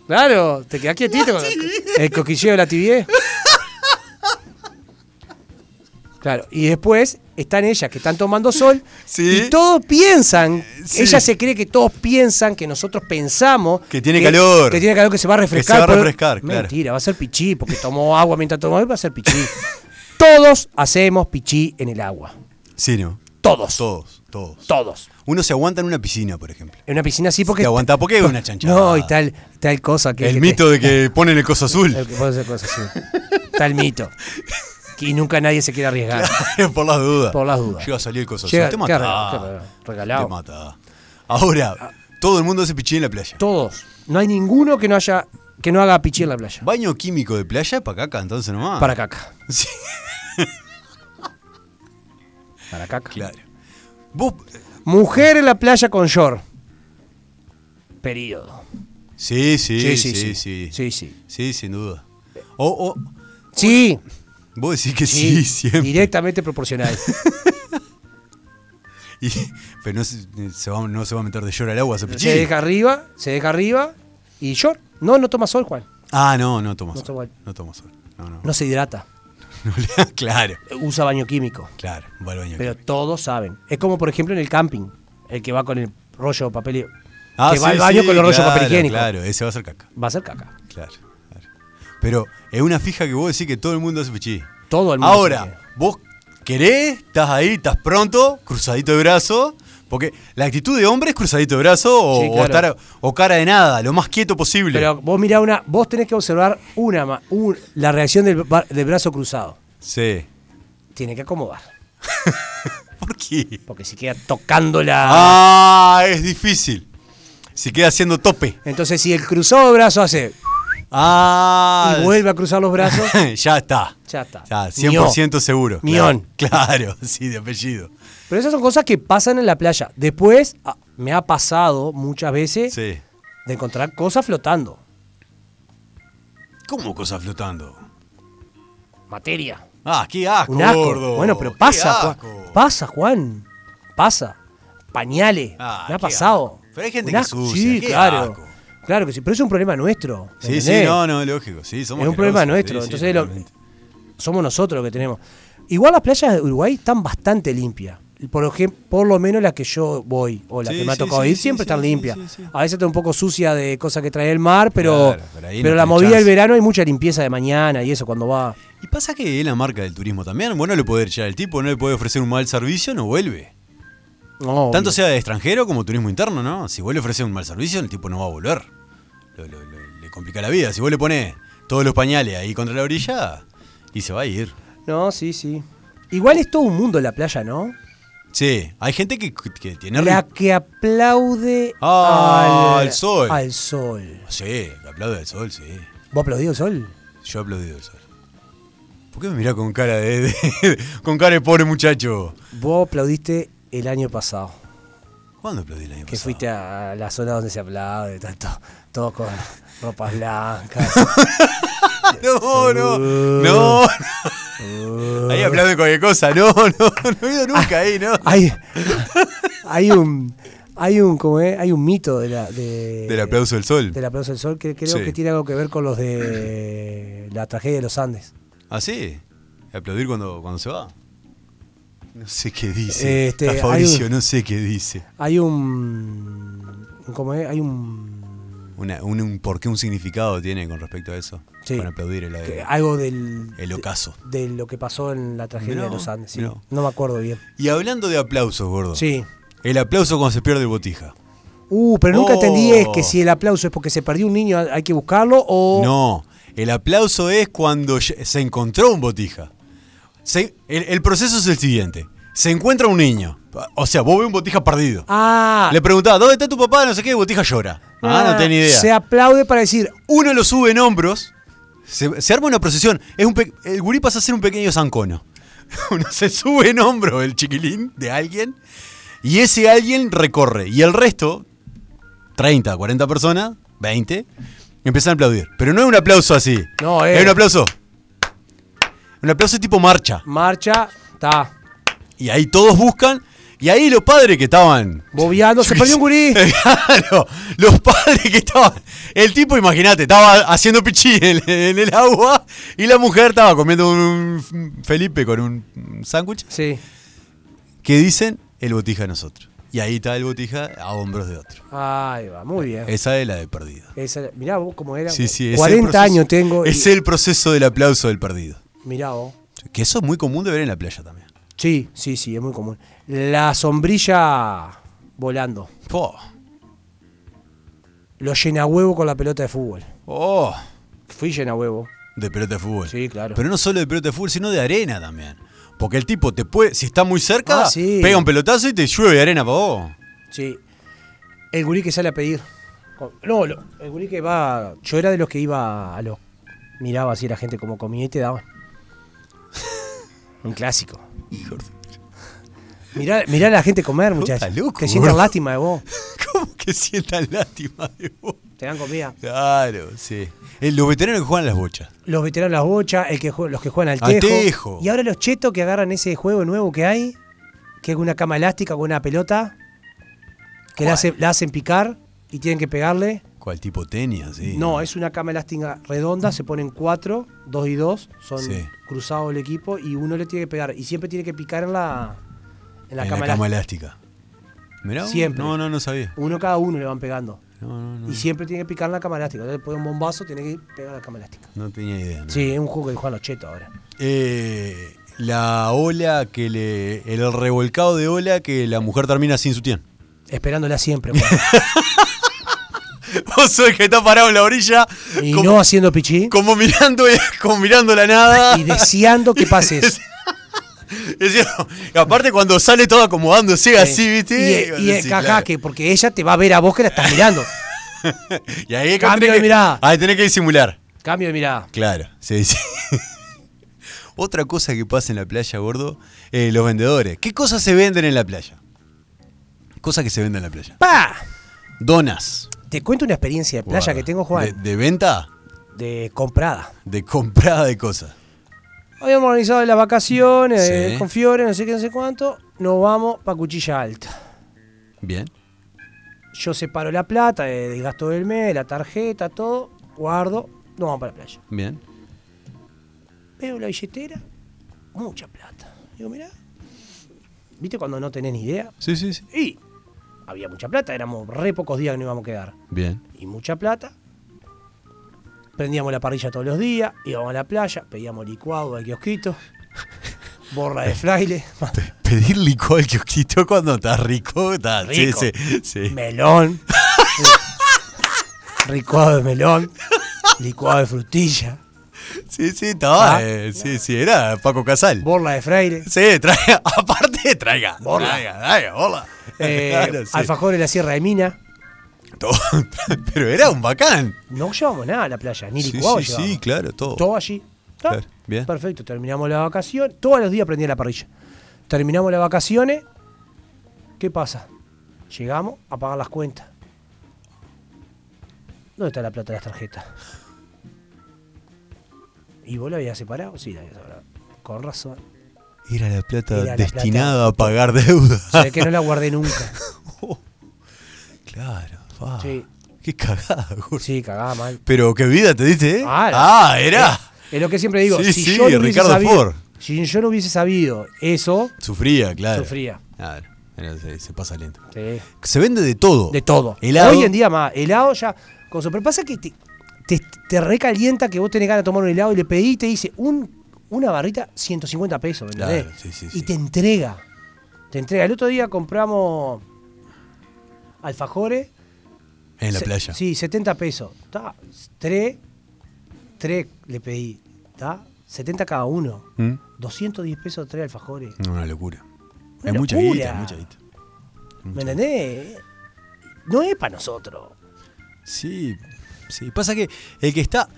B: Claro, te quedas quietito. con el- el coquilleo de la tibieza. Claro, y después están ellas que están tomando sol
C: Sí. Eh,
B: y todos piensan,
C: Sí.
B: ella se cree que todos piensan, que nosotros pensamos
C: Que tiene calor.
B: que tiene calor, que se va a
C: se
B: refrescar.
C: va a
B: pero-
C: refrescar, claro.
B: Mentira, va a ser pichí, porque tomó agua mientras tomó, va a ser pichí. todos hacemos pichí en el agua.
C: Sí, ¿no?
B: Todos.
C: Todos, todos.
B: Todos.
C: Uno se aguanta en una piscina, por ejemplo.
B: En una piscina así porque...
C: Te
B: [LAUGHS]
C: aguanta porque es una chanchada.
B: No, y tal, tal cosa que...
C: El
B: que te-
C: mito de
B: [LAUGHS]
C: que ponen el coso azul. [LAUGHS]
B: el que puede hacer cosas así. tal mito. Y nunca nadie se quiere arriesgar.
C: por las dudas.
B: Por las dudas.
C: Llega a salir el coso
B: [LAUGHS] Llega-
C: azul. Te
B: qué
C: mata. Ah,
B: re- qué re- regalado.
C: Te mata. Ahora, todo el mundo hace pichín en la playa.
B: Todos. No hay ninguno que no haya que no haga pichí en la playa.
C: Baño químico de playa para acá, entonces nomás.
B: Para caca.
C: [LAUGHS] Sí,
B: Para caca.
C: claro. Vos.
B: Mujer en la playa con short. Periodo.
C: Sí, sí, sí, sí.
B: sí.
C: Sí,
B: Sí,
C: sí.
B: sí.
C: sin duda. O, o-
B: Sí,
C: vos decís que sí, [LAUGHS]
B: sí,
C: siempre. [LAUGHS]
B: directamente proporcional.
C: Y- pero no se, eh, se va, no se va a meter de llorar al agua, se pichín.
B: Se deja arriba, se deja arriba y short. No, no toma sol, Juan.
C: Ah, no, no toma
B: No
C: sol.
B: toma-
C: No toma sol. No, no. [LAUGHS]
B: No se hidrata.
C: claro,
B: Usa baño químico.
C: claro. Va al baño.
B: Pero todos saben. Es como, por ejemplo, en el camping. El que va con el rollo de papel.
C: Ah,
B: que va
C: sí,
B: al baño
C: sí,
B: con el rollo de
C: claro,
B: papel higiénico.
C: Claro, ese va a ser caca.
B: Va a ser caca.
C: Claro, claro. Pero es una fija que vos decís que todo el mundo hace pichí.
B: Todo el mundo
C: Ahora,
B: hace pichí.
C: vos querés, estás ahí, estás pronto, cruzadito de brazo. Porque la actitud de hombre es cruzadito de brazo o,
B: Sí,
C: o
B: claro.
C: estar- o cara de nada, lo más quieto posible.
B: Pero vos mirá una. Vos tenés que observar una, ma- un- la reacción del, ba- del brazo cruzado.
C: Sí.
B: Tiene que acomodar.
C: ¿Por qué?
B: Porque si queda tocando la.
C: Ah, es difícil. Se queda haciendo tope.
B: Entonces, si el cruzado de brazo hace.
C: Ah.
B: y vuelve a cruzar los brazos.
C: [LAUGHS]
B: [LAUGHS]
C: ya está.
B: Ya está.
C: Ya, 100% seguro.
B: Mion.
C: Claro, [LAUGHS] claro, sí, de apellido.
B: Pero esas son cosas que pasan en la playa. Después, ah, me ha pasado muchas veces
C: Sí.
B: de encontrar cosas flotando.
C: ¿Cómo cosa flotando?
B: Materia.
C: Ah, qué asco,
B: Un asco.
C: gordo.
B: Bueno, pero
C: Qué
B: pasa,
C: asco.
B: Juan. Pasa, Juan. Pasa. Pañales.
C: Ah,
B: me ha
C: qué
B: pasado.
C: asco. Pero hay gente
B: Un
C: que
B: asco.
C: sucia,
B: Sí,
C: qué
B: claro.
C: asco.
B: Claro que sí. Pero es un problema nuestro.
C: Sí, sí,
B: ¿entendés?
C: no, no, lógico. Sí, somos
B: Es un problema
C: generosos, sí,
B: nuestro,
C: sí,
B: entonces lo-
C: totalmente.
B: Somos nosotros los que tenemos. Igual las playas de Uruguay están bastante limpias. Por, ejem- por lo menos las que yo voy o las
C: Sí,
B: que me ha
C: sí,
B: tocado
C: sí,
B: ir
C: sí, sí,
B: siempre están
C: sí,
B: limpias.
C: sí, sí.
B: A veces está un poco sucia de cosas que trae el mar, pero,
C: Claro, pero ahí
B: pero,
C: no
B: la
C: tenés
B: movida del
C: chance.
B: verano hay mucha limpieza de mañana y eso cuando va.
C: Y pasa que es la marca del turismo también. Vos no le podés echar al tipo, no le podés ofrecer un mal servicio, no vuelve.
B: No,
C: Tanto
B: obvio.
C: sea de extranjero como turismo interno, ¿no? Si vos le ofreces un mal servicio, el tipo no va a volver. Lo- lo- lo- le complica la vida. Si vos le pones todos los pañales ahí contra la orilla, y se va a ir.
B: No, sí, sí. Igual es todo un mundo la playa, ¿no?
C: Sí, hay gente que, que tiene...
B: La que aplaude
C: Ah,
B: al,
C: al sol.
B: Al sol.
C: Sí, aplaude al sol, sí.
B: ¿Vos aplaudís al sol?
C: Yo he aplaudido al sol. ¿Por qué me mirás con cara de, de- con cara de pobre muchacho?
B: Vos aplaudiste el año pasado,
C: ¿Cuándo aplaudí el año
B: que
C: pasado?
B: fuiste a la zona donde se aplaude, tanto, todo con ropas blancas.
C: No, no,
B: Uh.
C: no. no. Ahí hablando de cualquier cosa. No, no, no he ido nunca ahí, ¿no?
B: [LAUGHS] hay, hay un hay un ¿cómo es? hay un mito de la de,
C: Del aplauso del sol.
B: ah. del aplauso del sol que creo
C: Sí.
B: que tiene algo que ver con los de la tragedia de los Andes.
C: ¿Ah, sí? ¿Aplaudir cuando, cuando se va? No sé qué dice.
B: Este,
C: Está
B: hay
C: Fabricio,
B: un-
C: no sé qué dice.
B: Hay un ¿cómo es? Hay un
C: Una, un, un por qué, un significado tiene con respecto a eso.
B: Sí.
C: Con aplaudir el,
B: que- algo del
C: Eh, el ocaso.
B: de lo que pasó en la tragedia
C: Mirá,
B: de los Andes, sí.
C: mirá.
B: No me acuerdo bien.
C: Y hablando de aplausos, gordo.
B: Sí.
C: El aplauso cuando se pierde el botija.
B: Uh, pero nunca
C: Oh.
B: entendí es que si el aplauso es porque se perdió un niño hay que buscarlo o
C: No, el aplauso es cuando ya- se encontró un botija. Se- el, el proceso es el siguiente. Se encuentra un niño. O sea, vos ves un botija perdido.
B: Ah,
C: Le preguntás, ¿dónde está tu papá? No sé qué, y botija llora. Ah, no tenía idea.
B: Se aplaude para decir,
C: Uno lo sube en hombros. Se, se arma una procesión. Es un pe- el gurí pasa a ser un pequeño zancono. [LAUGHS] Uno se sube en hombro el chiquilín de alguien. Y ese alguien recorre. Y el resto, 30, 40 personas, 20, empiezan a aplaudir. Pero no es un aplauso así.
B: No, eh.
C: Es un aplauso. Un aplauso tipo marcha.
B: marcha, está.
C: Y ahí todos buscan. Y ahí los padres que estaban.
B: Bobeando, se perdió un gurí.
C: [LAUGHS] Claro, los padres que estaban. El tipo, imagínate, estaba haciendo pichí en, en el agua y la mujer estaba comiendo un, un Felipe con un sándwich.
B: Sí.
C: Que dicen el botija a nosotros. Y ahí está el botija a hombros de otro.
B: Ahí va, muy bien.
C: Esa es la de perdido.
B: Esa- mirá vos cómo era.
C: Sí, sí, es el
B: 40
C: proceso-
B: años tengo. y-
C: Es el proceso del aplauso del perdido.
B: Mirá vos.
C: Que eso es muy común de ver en la playa también.
B: Sí, sí, sí, es muy común. La sombrilla volando.
C: Po,
B: Los llena huevo con la pelota de fútbol.
C: Oh,
B: Fui llena huevo.
C: de pelota de fútbol.
B: Sí, claro.
C: Pero no solo de pelota de fútbol, sino de arena también. Porque el tipo te puede, si está muy cerca,
B: Ah, sí.
C: pega un pelotazo y te llueve arena para vos. [LAUGHS]
B: Sí. El gurí que sale a pedir. Con- No, lo- el gurí que va. Yo era de los que iba a los. Miraba así la gente como comía y te daban. Un clásico. Mirá, mirá a la gente comer, muchachos.
C: Está loco,
B: Te sientan
C: bro.
B: lástima de vos.
C: ¿Cómo que sientan lástima de vos?
B: Te dan comida.
C: Claro, sí. Eh, los veteranos que juegan a las bochas.
B: Los veteranos las bochas, el que jue- los que juegan al
C: Al
B: tejo.
C: tejo.
B: Y ahora los chetos que agarran ese juego nuevo que hay, que es una cama elástica con una pelota, que la, hace- la hacen picar y tienen que pegarle.
C: ¿Cuál tipo tenía? Sí.
B: No, es una cama elástica redonda, se ponen cuatro, dos y dos, son
C: Sí.
B: cruzados el equipo y uno le tiene que pegar. Y siempre tiene que picar en la, en la
C: en
B: cama,
C: la cama
B: elástica.
C: elástica. Mirá, vos.
B: Siempre.
C: No, no, no sabía.
B: Uno cada uno le van pegando.
C: No, no, no.
B: Y siempre tiene que picar en la cama elástica. Entonces, le pone un bombazo, tiene que ir pegar a la cama elástica.
C: No tenía idea. ¿no?
B: Sí, es un juego que juegan los chetos ahora.
C: Eh, la ola que le. El revolcado de ola que la mujer termina sin su sutién.
B: Esperándola siempre. pues. Juan.
C: [LAUGHS] Vos sos el que está parado en la orilla.
B: Y
C: como,
B: no haciendo pichí.
C: como mirando, eh, como mirando la nada.
B: Y
C: [LAUGHS]
B: deseando que pases.
C: Es decir, aparte cuando sale todo acomodándose así,
B: Y-
C: ¿viste?
B: Y,
C: Sí,
B: cajá,
C: claro.
B: que porque ella te va a ver a vos que la
C: [LAUGHS]
B: estás mirando.
C: Y ahí es que tenés
B: Cambio de
C: que-
B: mirada.
C: Ahí tenés que disimular.
B: Cambio de mirada.
C: Claro, sí, [LAUGHS] sí. Otra cosa que pasa en la playa, gordo, eh, los vendedores. ¿Qué cosas se venden en la playa? Cosas que se venden en la playa.
B: ¡Pa!
C: Donas.
B: Te cuento una experiencia de playa
C: Guarda.
B: que tengo,
C: De,
B: Juan,
C: de venta,
B: de comprada.
C: de comprada de cosas.
B: Habíamos organizado las vacaciones eh,
C: Sí.
B: con Fiore, no sé qué, no sé cuánto. Nos vamos para Cuchilla Alta.
C: Bien.
B: Yo separo la plata eh, del gasto del mes, la tarjeta, todo. Guardo. Nos vamos para la playa.
C: Bien.
B: Veo la billetera. Mucha plata. Digo, mirá. ¿Viste cuando no tenés ni idea?
C: Sí, sí, sí.
B: Y había mucha plata. Éramos re pocos días que nos íbamos a quedar.
C: Bien.
B: y mucha plata. Prendíamos la parrilla todos los días, íbamos a la playa, pedíamos licuado al kiosquito, borra de fraile,
C: Pe- Pedir licor al kiosquito cuando estás rico, está. Sí,
B: Rico.
C: sí, sí. [LAUGHS]
B: melón, licuado de melón, licuado de frutilla,
C: Sí, sí, estaba.
B: Ah.
C: eh, sí, sí, era Paco Casal.
B: borla de fraile,
C: Sí, traiga. [LAUGHS] Aparte, traiga.
B: Hola.
C: Traiga, traiga, hola.
B: eh,
C: Claro, sí.
B: alfajor de la Sierra de Mina.
C: Todo. [LAUGHS] Pero era un bacán.
B: No llevamos nada a la playa, ni
C: Sí,
B: licuado
C: sí,
B: llevamos.
C: sí, claro, todo.
B: Todo allí. ¿Está?
C: Claro, bien.
B: Perfecto, terminamos la vacación. Todos los días prendía la parrilla. Terminamos las vacaciones. ¿Qué pasa? Llegamos a pagar las cuentas. ¿Dónde está la plata de las tarjetas? ¿Y vos la habías separado? Sí, la habías separado. Con razón.
C: Era la plata
B: Era la
C: destinada a pagar
B: [LAUGHS]
C: deuda.
B: O sea, que no la guardé nunca.
C: [LAUGHS] Claro, va.
B: Sí.
C: Qué cagada, Gus.
B: Sí, cagaba mal.
C: Pero qué vida te diste, ¿eh?
B: Ah,
C: Ah, era.
B: Es lo que siempre digo.
C: Sí,
B: si
C: sí,
B: yo no hubiese
C: Ricardo
B: sabido-
C: Ford.
B: Si yo no hubiese sabido eso,
C: Sufría, claro.
B: Sufría.
C: Claro, era- se, se pasa lento.
B: sí,
C: Se vende de todo.
B: de todo.
C: Helado.
B: Hoy en día más, helado ya. Cosa, pero pasa que te, te, te recalienta que vos tenés ganas de tomar un helado y le pedís y te dice un, una barrita 150 pesos, ¿me
C: Claro,
B: entendés?
C: sí, sí,
B: y
C: sí.
B: te entrega. Te entrega. El otro día compramos alfajores.
C: En la
B: Se-
C: playa.
B: Sí, 70 pesos. Ta, tres, tres le pedí. Ta, 70 cada uno.
C: ¿Mm?
B: 210 pesos tres alfajores.
C: Una locura.
B: Una
C: es mucha
B: locura.
C: guita, es mucha guita.
B: ¿Me entendés? No es para nosotros.
C: Sí, sí. Pasa que el que está,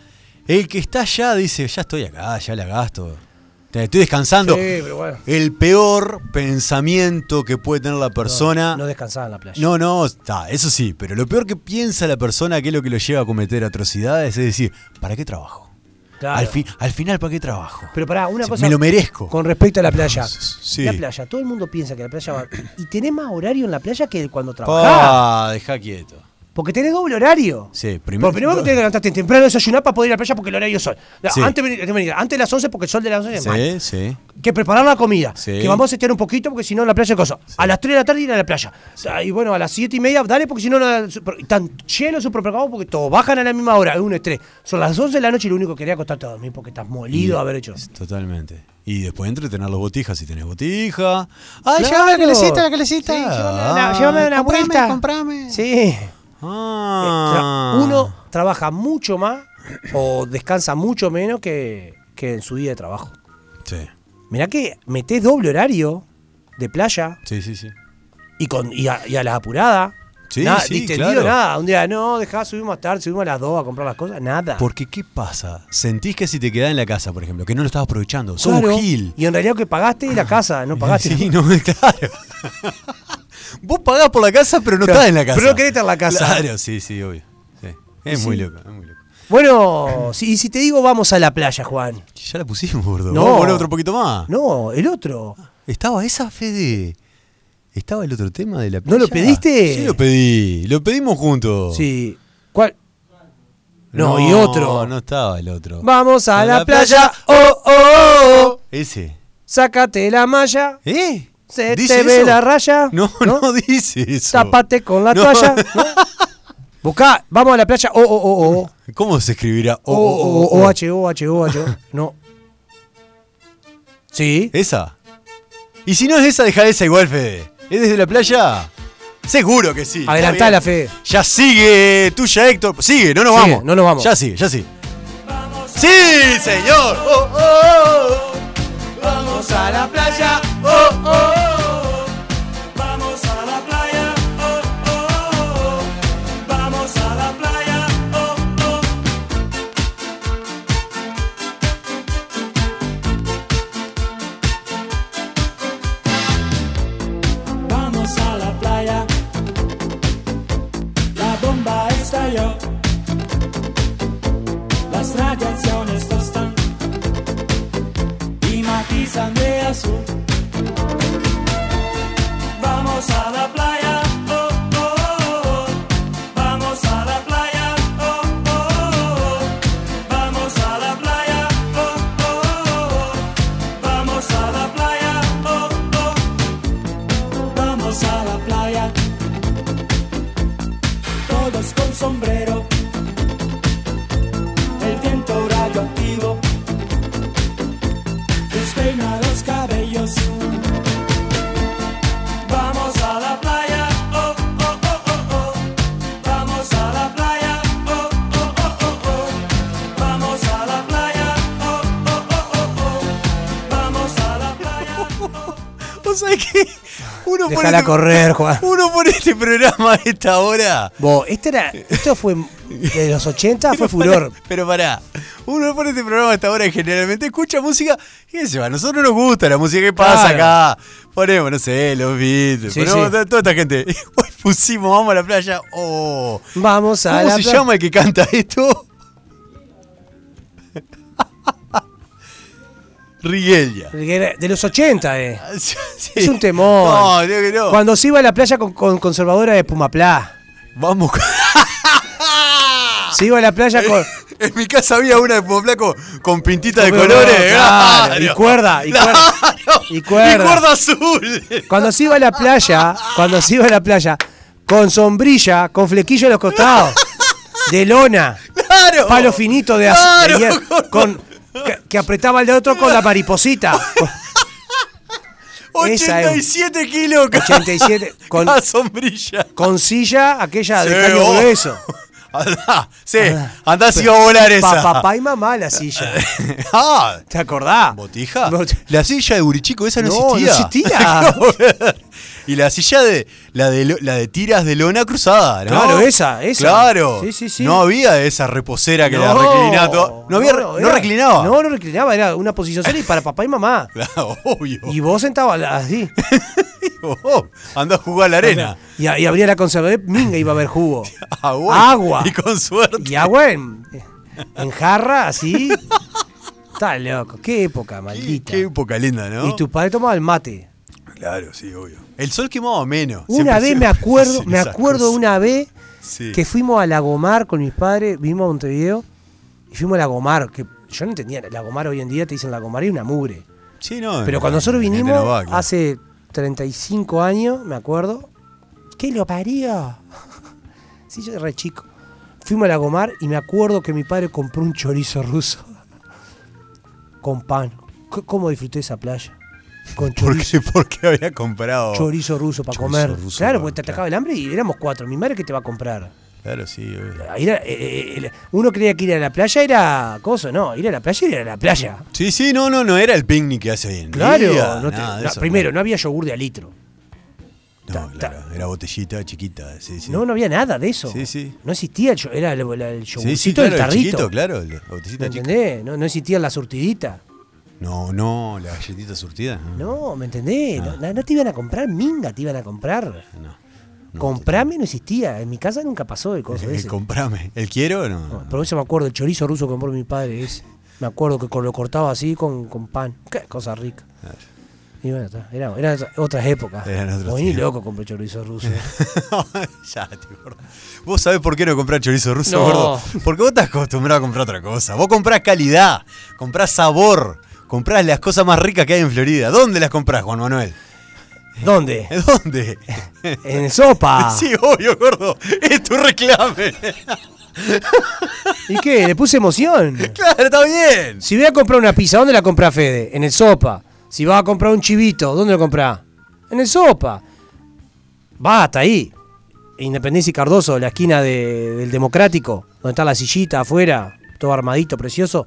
C: el que está allá dice, ya estoy acá, ya la gasto. Te- Estoy descansando.
B: Sí, pero bueno.
C: El peor pensamiento que puede tener la persona.
B: No, no descansaba en la playa.
C: No, no, está, eso sí, pero lo peor que piensa la persona que es lo que lo lleva a cometer atrocidades es decir, ¿para qué trabajo?
B: Claro.
C: Al, fin- al final, ¿para qué trabajo?
B: Pero pará, una
C: Sí,
B: cosa.
C: me lo merezco.
B: Con respecto a la playa.
C: Sí.
B: La playa, todo el mundo piensa que la playa va. Y tenés más horario en la playa que cuando trabajás.
C: Pa, deja quieto.
B: Porque tenés doble horario.
C: Sí, primero-
B: primero. primero que tenés que levantarte temprano, desayunar para poder ir a la playa porque el horario es sol. La-
C: Sí.
B: Antes, vení- vení, antes de las 11 porque el sol de las 11 es
C: Sí,
B: mal.
C: sí.
B: Que preparar la comida.
C: Sí.
B: Que vamos a estear un poquito porque si no en la playa es cosa. A las 3 de la tarde ir a la playa. Y bueno, a las 7 y media, dale porque si no. la- super- Están llenos los supermercados porque todos bajan a la misma hora. Es un estrés. Son las 11 de la noche y lo único que quería acostarte a dormir porque estás molido de haber hecho.
C: Totalmente. Y después entretener los botijas si tenés botija. ¡Ay,
B: Claro.
C: llévame la calecita, la calecita!
B: Sí, llévame una- llévame una
C: comprame,
B: vuelta.
C: comprame.
B: Sí. Eh,
C: Ah.
B: Tra- Uno trabaja mucho más o descansa mucho menos que, que en su día de trabajo.
C: Sí,
B: Mirá que metés doble horario de playa
C: sí, sí. sí.
B: y, con, y, a, y a las apuradas.
C: Sí,
B: nada,
C: sí,
B: distendido,
C: claro.
B: nada. Un día, no, dejá, subimos más tarde, subimos a las 2 a comprar las cosas, nada.
C: Porque, ¿qué pasa? Sentís que si te quedás en la casa, por ejemplo, que no lo estás aprovechando. Sos
B: Claro,
C: un gil.
B: Y en realidad lo que pagaste es la casa, no pagaste.
C: Ah, [LAUGHS] Sí, no, claro. Vos pagás por la casa, pero no
B: Claro,
C: estás en la casa.
B: pero no querés estar en la casa.
C: Claro, sí, sí, obvio. Sí. Es
B: Sí.
C: muy loco, es muy loco.
B: Bueno, si- y si te digo vamos a la playa, Juan.
C: Ya la pusimos, gordo.
B: No.
C: Vamos a poner otro poquito más.
B: No, el otro.
C: Estaba esa, Fede. Estaba el otro tema de la
B: ¿No lo pediste?
C: Sí, lo pedí. Lo pedimos juntos.
B: Sí. ¿Cuál? No, y otro.
C: No estaba el otro.
B: Vamos a
C: En
B: la, playa. Oh, oh, oh, oh.
C: Ese.
B: Sácate la malla.
C: ¿Eh?
B: ¿Se
C: ¿Dice
B: te ve
C: eso?
B: la raya?
C: [LAUGHS] No, no,
B: ¿No?
C: dice eso.
B: Tapate con la
C: No.
B: toalla.
C: [LAUGHS]
B: ¿no? Buscá, vamos a la playa. Oh, oh, oh, oh.
C: ¿Cómo se escribirá?
B: Oh, oh, oh, oh, H, O, H, O,
C: [LAUGHS]
B: H, O. No. Sí.
C: ¿Esa? Y si no es esa, deja esa igual, Fede. ¿Es desde la playa? Seguro que sí.
B: Adelantala,
C: Está bien.
B: Fede.
C: Ya sigue, tuya, Héctor. Sigue, no nos
B: Sigue,
C: vamos.
B: no nos vamos.
C: Ya sigue, ya sigue. ¡Sí, señor! Oh, oh,
A: Vamos a la playa, oh, oh, oh. Vamos a la playa, oh, oh, oh. Vamos a la playa, oh, oh. Vamos a la playa. La bomba estalló. Las radiaciones tostan y matizan de azul. Vamos a la playa, oh, oh, oh, oh. vamos a la playa, oh, oh, oh, oh. vamos a la playa, oh, oh, oh, oh. vamos a la playa, oh, oh, vamos a la playa, todos con sombrero, el viento radioactivo despeina los cabellos. Vamos a la playa, oh, oh, oh, oh, oh. Vamos a la playa, oh, oh, oh, oh, oh. Vamos a la playa, oh, oh, oh, oh, oh. Vamos a la playa.
C: oh. ¿Vos sabés qué? Uno por
B: Déjala
C: este-
B: correr, Juan.
C: Uno por este programa a esta hora.
B: Vos, este era, esto fue de los 80, fue
C: Pero pará,
B: furor.
C: pero pará, uno pone este programa hasta ahora y generalmente escucha música. ¿Qué se va? A nosotros nos gusta la música que pasa
B: Claro.
C: acá. Ponemos, no sé, los Beatles,
B: Sí,
C: ponemos
B: sí.
C: to- toda esta gente. [LAUGHS] Y Hoy pusimos, vamos a la playa. Oh.
B: Vamos a
C: ¿Cómo
B: la
C: se
B: pla-
C: llama el que canta
B: [LAUGHS]
C: esto? Riguelia.
B: De los 80, eh.
C: [LAUGHS] Sí.
B: Es un temor.
C: No, digo que no.
B: Cuando se iba a la playa con, con conservadora de Pumaplá.
C: Vamos. con- [LAUGHS]
B: Se iba a la playa con.
C: En mi casa había una de Pomo Flaco con pintita de
B: Pero,
C: colores.
B: claro, y cuerda, y cuerda,
C: [LAUGHS] Claro.
B: y cuerda.
C: Y cuerda azul.
B: Cuando se iba a la playa. Cuando se iba a la playa. Con sombrilla, con flequillo a los costados. De lona.
C: Claro.
B: Palo finito de, az- de
C: Claro, [LAUGHS]
B: hier- Con, que, que apretaba el de otro con la mariposita. esa es.
C: 87 kilos. ca-
B: 87
C: [LAUGHS]
B: con-
C: ca- sombrilla.
B: Con silla, aquella de
C: Sí,
B: caño
C: oh.
B: grueso.
C: [LAUGHS] Andá, sí,
B: Andá.
C: andá si va a volar esa.
B: Pa- papá y mamá la silla.
C: [LAUGHS] Ah,
B: ¿Te acordás?
C: ¿Botija?
B: [LAUGHS] Bot-
C: La silla de Burichico, esa no,
B: No, no
C: existía. [LAUGHS]
B: existía.
C: y la silla de la de lo- la de tiras de lona cruzada, ¿no?
B: Claro, esa, esa.
C: Claro.
B: Sí, sí, sí.
C: No había esa reposera que la reclinaba. todo. No había re- no,
B: era-
C: reclinaba.
B: No, no reclinaba, era una posición sola y para papá y mamá.
C: Claro, [LAUGHS] obvio.
B: Y vos sentabas la- así.
C: Oh, andá a jugar a la arena.
B: Y, a- y abría la conservadora, minga iba a haber jugo.
C: [LAUGHS] Agua.
B: Agua.
C: Y con suerte.
B: Y agua en, en jarra, así. Está loco, qué época,
C: Qué,
B: maldita.
C: qué época linda, ¿no?
B: Y tu padre tomaba el mate.
C: Claro, sí, obvio. El sol quemaba menos. Siempre
B: Una
C: [LAUGHS]
B: vez
C: se-
B: me acuerdo,
C: hacen
B: me
C: esas
B: acuerdo
C: cosas.
B: una vez
C: Sí.
B: que fuimos a Lagomar con mis padres, vimos a Montevideo y fuimos a Lagomar, que yo no entendía, Lagomar hoy en día te dicen Lagomar y una mugre.
C: Sí, no.
B: Pero cuando nosotros
C: Ah, gente
B: vinimos
C: no va, claro.
B: hace 35 años, me acuerdo, ¿qué lo parió? [LAUGHS] sí, yo era re chico. Fuimos a Lagomar y me acuerdo que mi padre compró un chorizo ruso [LAUGHS] con pan. C- ¿Cómo disfruté esa playa? Con
C: ¿Por
B: chorizo.
C: qué, por qué había comprado?
B: chorizo ruso para
C: Chorizo
B: comer.
C: ruso
B: claro,
C: pa-
B: porque te atacaba el hambre y éramos cuatro. Mi madre que te va a comprar.
C: Claro, sí, obvio.
B: Ir a- eh, eh, eh, uno creía que ir a la playa era cosa, no, ir a la playa era la playa.
C: Sí, sí, no, no, no era el picnic que hace hoy en
B: Claro,
C: día,
B: no te-
C: nada de
B: no,
C: eso,
B: primero, no había yogur de alitro.
C: No,
B: ta-
C: claro, era botellita chiquita, sí, sí.
B: No, no había nada de eso.
C: Sí, sí.
B: No existía el, yo- era el, el- el yogurcito,
C: sí, sí,
B: el
C: claro, el
B: tarrito.
C: chiquito, claro, la botellita
B: ¿Me
C: chiquita.
B: entendés? No, no existía la surtidita.
C: No, no, la galletita surtida. [LAUGHS] No,
B: No, ¿me entendés? No, no te iban a comprar minga, te iban a comprar.
C: no.
B: Comprame no existía. En mi casa nunca pasó el coso
C: El
B: ese.
C: comprame. ¿El quiero? No.
B: No, Por eso me acuerdo, el chorizo ruso que compró mi padre ese. Me acuerdo que con- lo cortaba así con, con pan. Qué cosa rica. Y bueno, está, era, era otra- otras épocas.
C: Eran otros
B: Hoy ni
C: tiempos.
B: loco compré chorizo ruso.
C: [LAUGHS]
B: [LAUGHS]
C: ya, te gordo. Vos sabés por qué no comprás chorizo ruso,
B: No.
C: gordo. Porque vos estás acostumbrado a comprar otra cosa. Vos comprás calidad, comprás sabor, comprás las cosas más ricas que hay en Florida. ¿Dónde las comprás, Juan Manuel?
B: ¿Dónde?
C: [LAUGHS] ¿En ¿Dónde?
B: En sopa.
C: [LAUGHS] Sí, obvio, gordo. Es tu reclame.
B: ¿Y qué? Le puse
C: [LAUGHS]
B: emoción.
C: claro, está bien.
B: Si voy a comprar una pizza, ¿dónde la compra Fede? En el sopa. Si vas a comprar un chivito, ¿dónde lo compras? En el sopa. Va hasta ahí. Independencia y Cardoso, la esquina de- del Democrático, donde está la sillita afuera, todo armadito, precioso.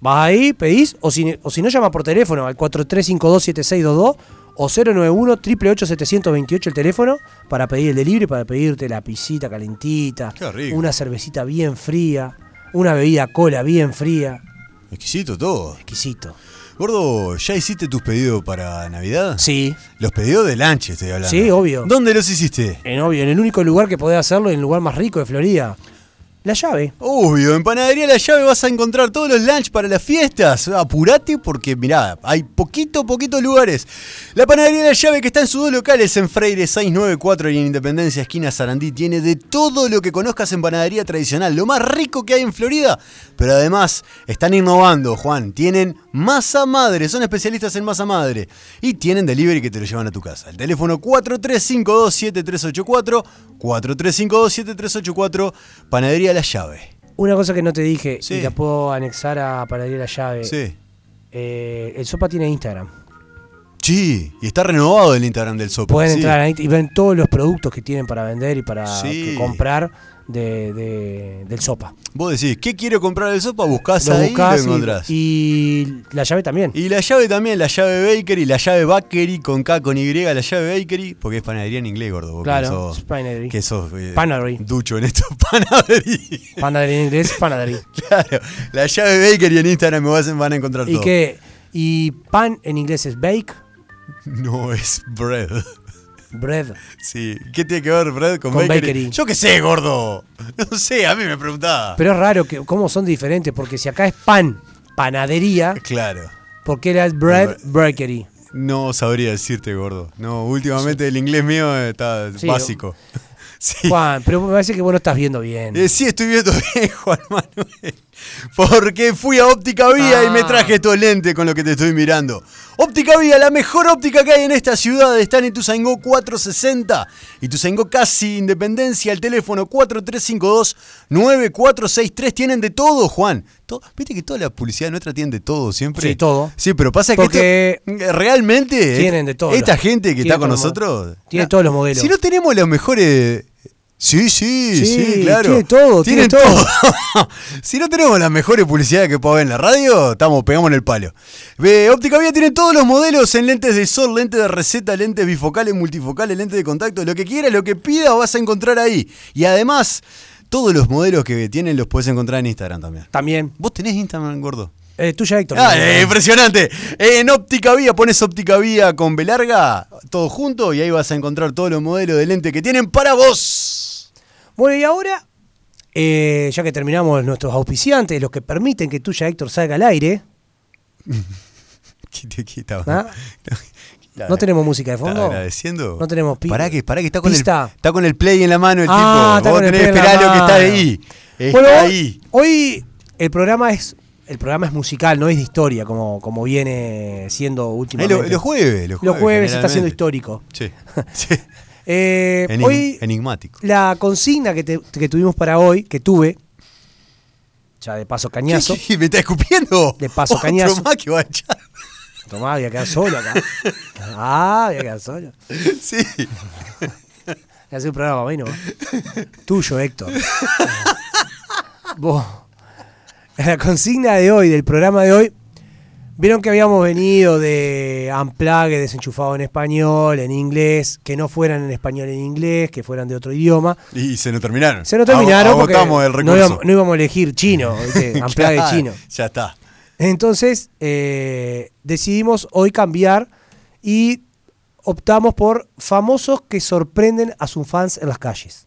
B: Vas ahí, pedís, o si, o si no, llama por teléfono al 43527622 o 091-888-728 el teléfono para pedir el delivery, para pedirte la pisita calentita,
C: Qué rico.
B: una cervecita bien fría, una bebida cola bien fría.
C: Exquisito todo.
B: Exquisito.
C: Gordo, ¿ya hiciste tus pedidos para Navidad?
B: Sí.
C: Los pedidos de lanche, estoy hablando.
B: Sí, obvio.
C: ¿Dónde los hiciste?
B: En obvio, en el único lugar que podés hacerlo, en el lugar más rico de Florida. La llave.
C: Obvio, en Panadería La Llave vas a encontrar todos los lunch para las fiestas. Apurate porque, mirá, hay poquito, poquitos lugares. La Panadería La Llave, que está en sus dos locales, en Freire 694 y en Independencia, esquina Sarandí, tiene de todo lo que conozcas en panadería tradicional, lo más rico que hay en Florida. Pero además, están innovando, Juan. Tienen masa madre, son especialistas en masa madre. Y tienen delivery que te lo llevan a tu casa. El teléfono 4352-7384, 4352-7384, Panadería La Llave.
B: Una cosa que no te dije
C: Sí.
B: y la puedo anexar a Panadería La Llave.
C: Sí.
B: Eh, el Sopa tiene Instagram.
C: Sí, y está renovado el Instagram del Sopa.
B: Pueden
C: sí.
B: entrar ahí y ven todos los productos que tienen para vender y para
C: Sí.
B: que comprar. de- de- del sopa.
C: Vos decís, ¿qué quiero comprar el sopa? Buscás
B: Lo
C: ahí
B: buscás
C: y
B: y-
C: lo encontrás. Y,
B: y la llave también.
C: la llave también, la llave Bakery, la llave Bakery con K, con Y, la llave Bakery, porque es panadería en inglés, gordo. vos que
B: Claro,
C: sos-
B: es panadería.
C: Que sos eh,
B: Panadería.
C: ducho en esto, [LAUGHS] panadería.
B: Panadería
C: [LAUGHS]
B: en inglés, panadería.
C: Claro, la llave Bakery en Instagram me vas- van a encontrar
B: y
C: todo.
B: que y pan en inglés es bake,
C: No es bread.
B: bread.
C: Sí. ¿Qué tiene que ver bread con,
B: Con
C: bakery?
B: bakery.
C: Yo qué sé, gordo. No sé, a mí me preguntaba.
B: Pero es raro que cómo son diferentes, porque si acá es pan, panadería,
C: Claro.
B: porque era el bread
C: [LAUGHS]
B: bakery.
C: No sabría decirte, gordo. No, últimamente el inglés mío está
B: Sí,
C: básico. [LAUGHS] Sí.
B: Juan, pero me parece que vos no estás viendo bien.
C: Eh, sí, estoy viendo [LAUGHS] bien, Juan Manuel. Porque fui a Óptica Vía y me
B: Ah.
C: traje estos lentes con lo que te estoy mirando. Óptica Vía, la mejor óptica que hay en esta ciudad, está en Ituzaingó 460. Ituzaingó casi independencia, el teléfono 4352-9463. Tienen de todo, Juan. To- Viste que toda la publicidad nuestra tiene de todo siempre.
B: Sí, todo.
C: Sí, pero pasa que
B: Porque
C: esto- eh, realmente
B: tienen de todo.
C: esta gente que
B: Tiene
C: está con
B: todos los
C: nosotros.
B: modelos. Tiene todos los modelos.
C: Si no tenemos los mejores. Sí, sí, sí,
B: Sí,
C: claro.
B: tiene todo,
C: Tienen
B: tiene todo.
C: todo. [LAUGHS] si no tenemos las mejores publicidades que pueda haber en la radio, estamos, pegamos en el palo. Ve, Óptica Vía tiene todos los modelos en lentes de sol, lentes de receta, lentes bifocales, multifocales, lentes de contacto, lo que quieras, lo que pidas vas a encontrar ahí. Y además, todos los modelos que tienen los puedes encontrar en Instagram también.
B: También.
C: ¿Vos tenés Instagram, gordo?
B: Eh, tuya, Héctor.
C: Ah, eh, impresionante. Eh, En óptica vía, pones óptica vía con B larga, todo junto, y ahí vas a encontrar todos los modelos de lente que tienen para vos. [LAUGHS]
B: Bueno, y ahora, eh, ya que terminamos nuestros auspiciantes, los que permiten que tuya, Héctor, salga al aire,
C: ¿Qué te quita? [LAUGHS]
B: ¿Ah? ¿no tenemos música de fondo?
C: agradeciendo?
B: No tenemos pi-
C: Pará que, pará que está con, el,
B: pista.
C: está con el play en la mano el
B: Ah,
C: tipo.
B: está
C: Vos
B: con el
C: tenés que
B: pie en la
C: esperar lo que está
B: mano.
C: ahí. Está
B: Bueno, hoy-
C: ahí.
B: Hoy el programa es el programa es musical, no es de historia como, como viene siendo
C: Ahí
B: últimamente.
C: lo- los jueves. Los jueves,
B: Los jueves está siendo
C: generalmente.
B: histórico.
C: Sí.
B: [LAUGHS]
C: sí.
B: Eh,
C: Enig-
B: hoy
C: enigmático.
B: la consigna que, te- que tuvimos para hoy, que tuve, ya de
C: [LAUGHS]
B: paso cañazo,
C: ¿Qué- qué- ¿Me está escupiendo?
B: De paso,
C: Otro
B: cañazo.
C: más que va a echar. [LAUGHS]
B: tomá, voy a quedar solo acá. Ah, voy a quedar solo.
C: Sí.
B: Voy a hacer un programa bueno. Tuyo, Héctor. Vos. La consigna de hoy, del programa de hoy, vieron que habíamos venido de amplague desenchufado en español, en inglés, que no fueran en español en inglés, que fueran de otro idioma.
C: Y se nos terminaron.
B: Se nos terminaron
C: Ag-
B: porque
C: Agotamos el
B: no,
C: recurso.
B: íbamos,
C: [LAUGHS]
B: no íbamos a elegir chino, ¿viste? amplague
C: Claro,
B: chino.
C: Ya está.
B: Entonces eh, decidimos hoy cambiar y optamos por famosos que sorprenden a sus fans en las calles.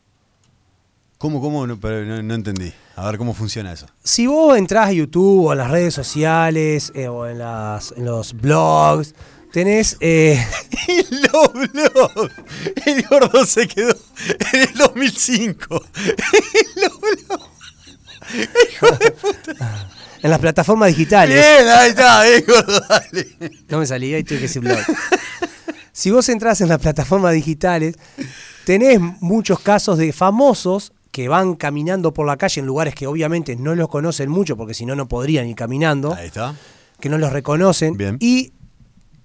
C: ¿Cómo, cómo? No, pero no- no entendí. A ver cómo funciona eso.
B: Si vos entras a YouTube o a las redes sociales eh, o en, las, en los blogs, tenés... eh,
C: [LAUGHS]
B: [LAUGHS]
C: El Loblo. El gordo se quedó en el 2005.
B: en las plataformas
C: [LAUGHS]
B: digitales...
C: Bien, ahí está, eh, gordo, dale.
B: No me salía y tuve que decir blog. si vos entras en las plataformas digitales, tenés muchos casos de famosos que van caminando por la calle en lugares que obviamente no los conocen mucho porque si no, no podrían ir caminando.
C: Ahí está.
B: que no los reconocen.
C: Bien.
B: Y